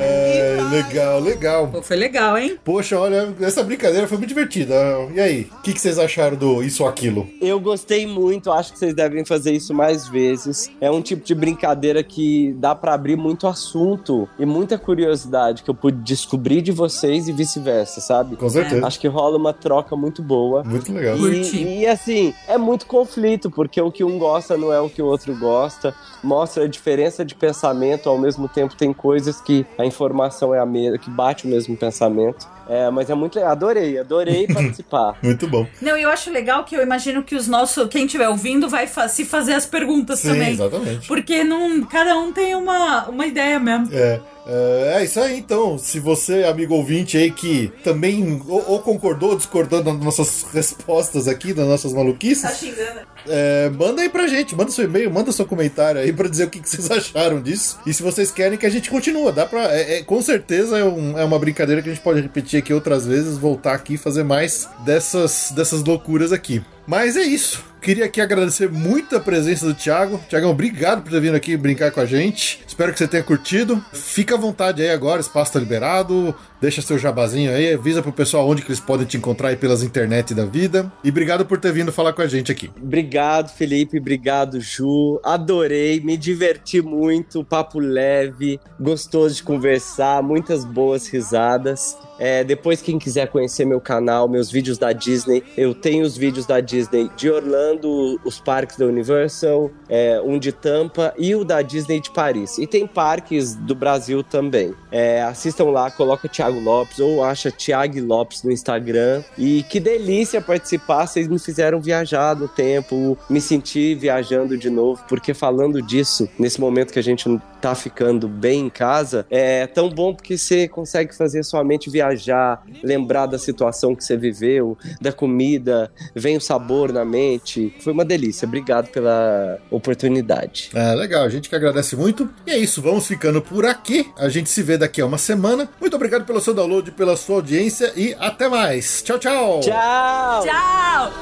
Speaker 1: É, legal, legal.
Speaker 4: Pô, foi legal, hein?
Speaker 1: Poxa, olha, essa brincadeira foi muito divertida. E aí, o que, que vocês acharam do isso ou aquilo?
Speaker 5: Eu gostei muito, acho que vocês devem fazer isso mais vezes. É um tipo de brincadeira que dá pra abrir muito assunto e muita curiosidade que eu pude descobrir de vocês e vice-versa, sabe?
Speaker 1: Com
Speaker 4: É.
Speaker 1: certeza.
Speaker 5: Acho que rola uma troca muito boa.
Speaker 1: Muito legal.
Speaker 4: Curti.
Speaker 5: E, e, assim, é muito conflito, porque o que um gosta não é o que o outro gosta. Mostra a diferença de pensamento, ao mesmo tempo tem coisas que a informação é a mesma, que bate o mesmo pensamento. É, mas é muito legal. Adorei, adorei participar.
Speaker 1: Muito bom.
Speaker 4: Não, eu acho legal que eu imagino que os nossos, quem estiver ouvindo, vai fa- se fazer as perguntas
Speaker 1: Sim,
Speaker 4: também.
Speaker 1: exatamente.
Speaker 4: Porque não, cada um tem uma, uma ideia mesmo.
Speaker 1: É, é, é isso aí então. Se você, amigo ouvinte aí, que também ou, ou concordou ou discordou das nossas respostas aqui, das nossas maluquices,
Speaker 4: Tá xingando.
Speaker 1: é, manda aí pra gente, manda seu e-mail, manda seu comentário aí pra dizer o que, que vocês acharam disso. E se vocês querem que a gente continue, dá pra. é- é- com certeza é, um- é uma brincadeira que a gente pode repetir aqui outras vezes, voltar aqui e fazer mais dessas, dessas loucuras aqui. Mas é isso. Queria aqui agradecer muito a presença do Thiago. Thiagão, obrigado por ter vindo aqui brincar com a gente. Espero que você tenha curtido. Fica à vontade aí agora, o espaço tá liberado. Deixa seu jabazinho aí, avisa pro pessoal onde que eles podem te encontrar aí pelas internet da vida. E obrigado por ter vindo falar com a gente aqui.
Speaker 5: Obrigado, Felipe. Obrigado, Ju. Adorei, me diverti muito. Papo leve, gostoso de conversar, muitas boas risadas. É, depois, quem quiser conhecer meu canal, meus vídeos da Disney, eu tenho os vídeos da Disney de Orlando, os parques da Universal, é, um de Tampa e o da Disney de Paris. E tem parques do Brasil também. É, assistam lá, coloca Thiago Lopes ou acha Thiago Lopes no Instagram. E que delícia participar, vocês me fizeram viajar no tempo, me sentir viajando de novo, porque falando disso, nesse momento que a gente tá ficando bem em casa, é tão bom porque você consegue fazer sua mente viajar, lembrar da situação que você viveu, da comida, vem o sabor na mente. Foi uma delícia, obrigado pela oportunidade.
Speaker 1: Ah, legal, a gente que agradece muito. E é isso, vamos ficando por aqui. A gente se vê daqui a uma semana. Muito obrigado pelo seu download, pela sua audiência e até mais. Tchau, tchau.
Speaker 5: Tchau!
Speaker 4: Tchau!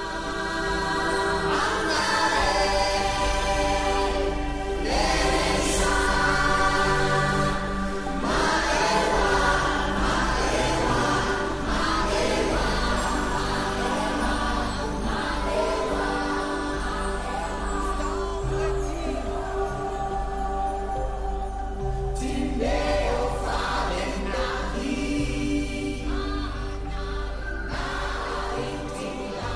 Speaker 6: Thank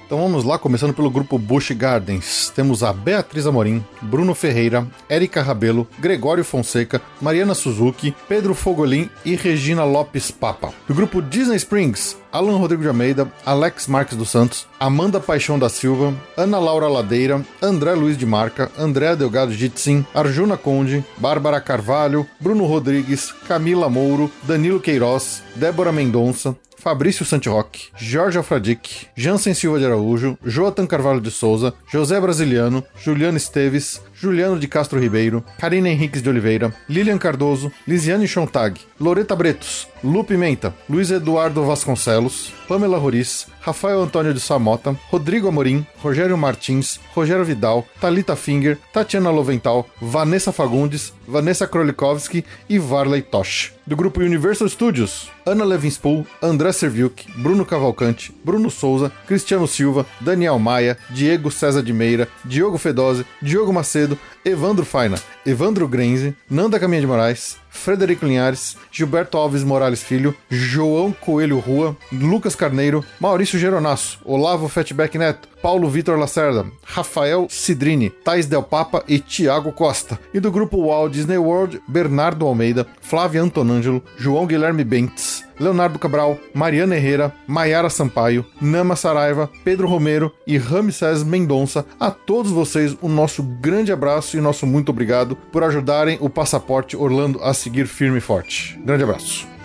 Speaker 1: Então vamos lá, começando pelo grupo Bush Gardens. Temos a Beatriz Amorim, Bruno Ferreira, Érica Rabelo, Gregório Fonseca, Mariana Suzuki, Pedro Fogolin e Regina Lopes Papa. Do grupo Disney Springs, Alan Rodrigo de Almeida, Alex Marques dos Santos, Amanda Paixão da Silva, Ana Laura Ladeira, André Luiz de Marca, André Delgado Jitsin, Arjuna Conde, Bárbara Carvalho, Bruno Rodrigues, Camila Mouro, Danilo Queiroz, Débora Mendonça, Fabrício Santiroque, Jorge Alfradic, Jansen Silva de Araújo, Joatan Carvalho de Souza, José Brasiliano, Juliano Esteves, Juliano de Castro Ribeiro, Karina Henriques de Oliveira, Lilian Cardoso, Lisiane Schontag, Loreta Bretos, Lu Pimenta, Luiz Eduardo Vasconcelos, Pamela Roriz, Rafael Antônio de Samota, Rodrigo Amorim, Rogério Martins, Rogério Vidal, Talita Finger, Tatiana Lovental, Vanessa Fagundes, Vanessa Krolikowski e Varley Tosh. Do grupo Universal Studios, Ana Levinspool, André Serviuk, Bruno Cavalcante, Bruno Souza, Cristiano Silva, Daniel Maia, Diego César de Meira, Diogo Fedose, Diogo Macedo, Evandro Faina, Evandro Grenze, Nanda Caminha de Moraes, Frederico Linhares, Gilberto Alves Morales Filho, João Coelho Rua, Lucas Carneiro, Maurício Geronasso, Olavo Fatback Neto, Paulo Vitor Lacerda, Rafael Cidrini, Thais Del Papa e Tiago Costa. E do grupo Walt Disney World, Bernardo Almeida, Flávia Antonângelo, João Guilherme Bentes, Leonardo Cabral, Mariana Herrera, Maiara Sampaio, Nama Saraiva, Pedro Romero e Ramsés Mendonça. A todos vocês, o nosso grande abraço e nosso muito obrigado por ajudarem o Passaporte Orlando a seguir firme e forte. Grande abraço.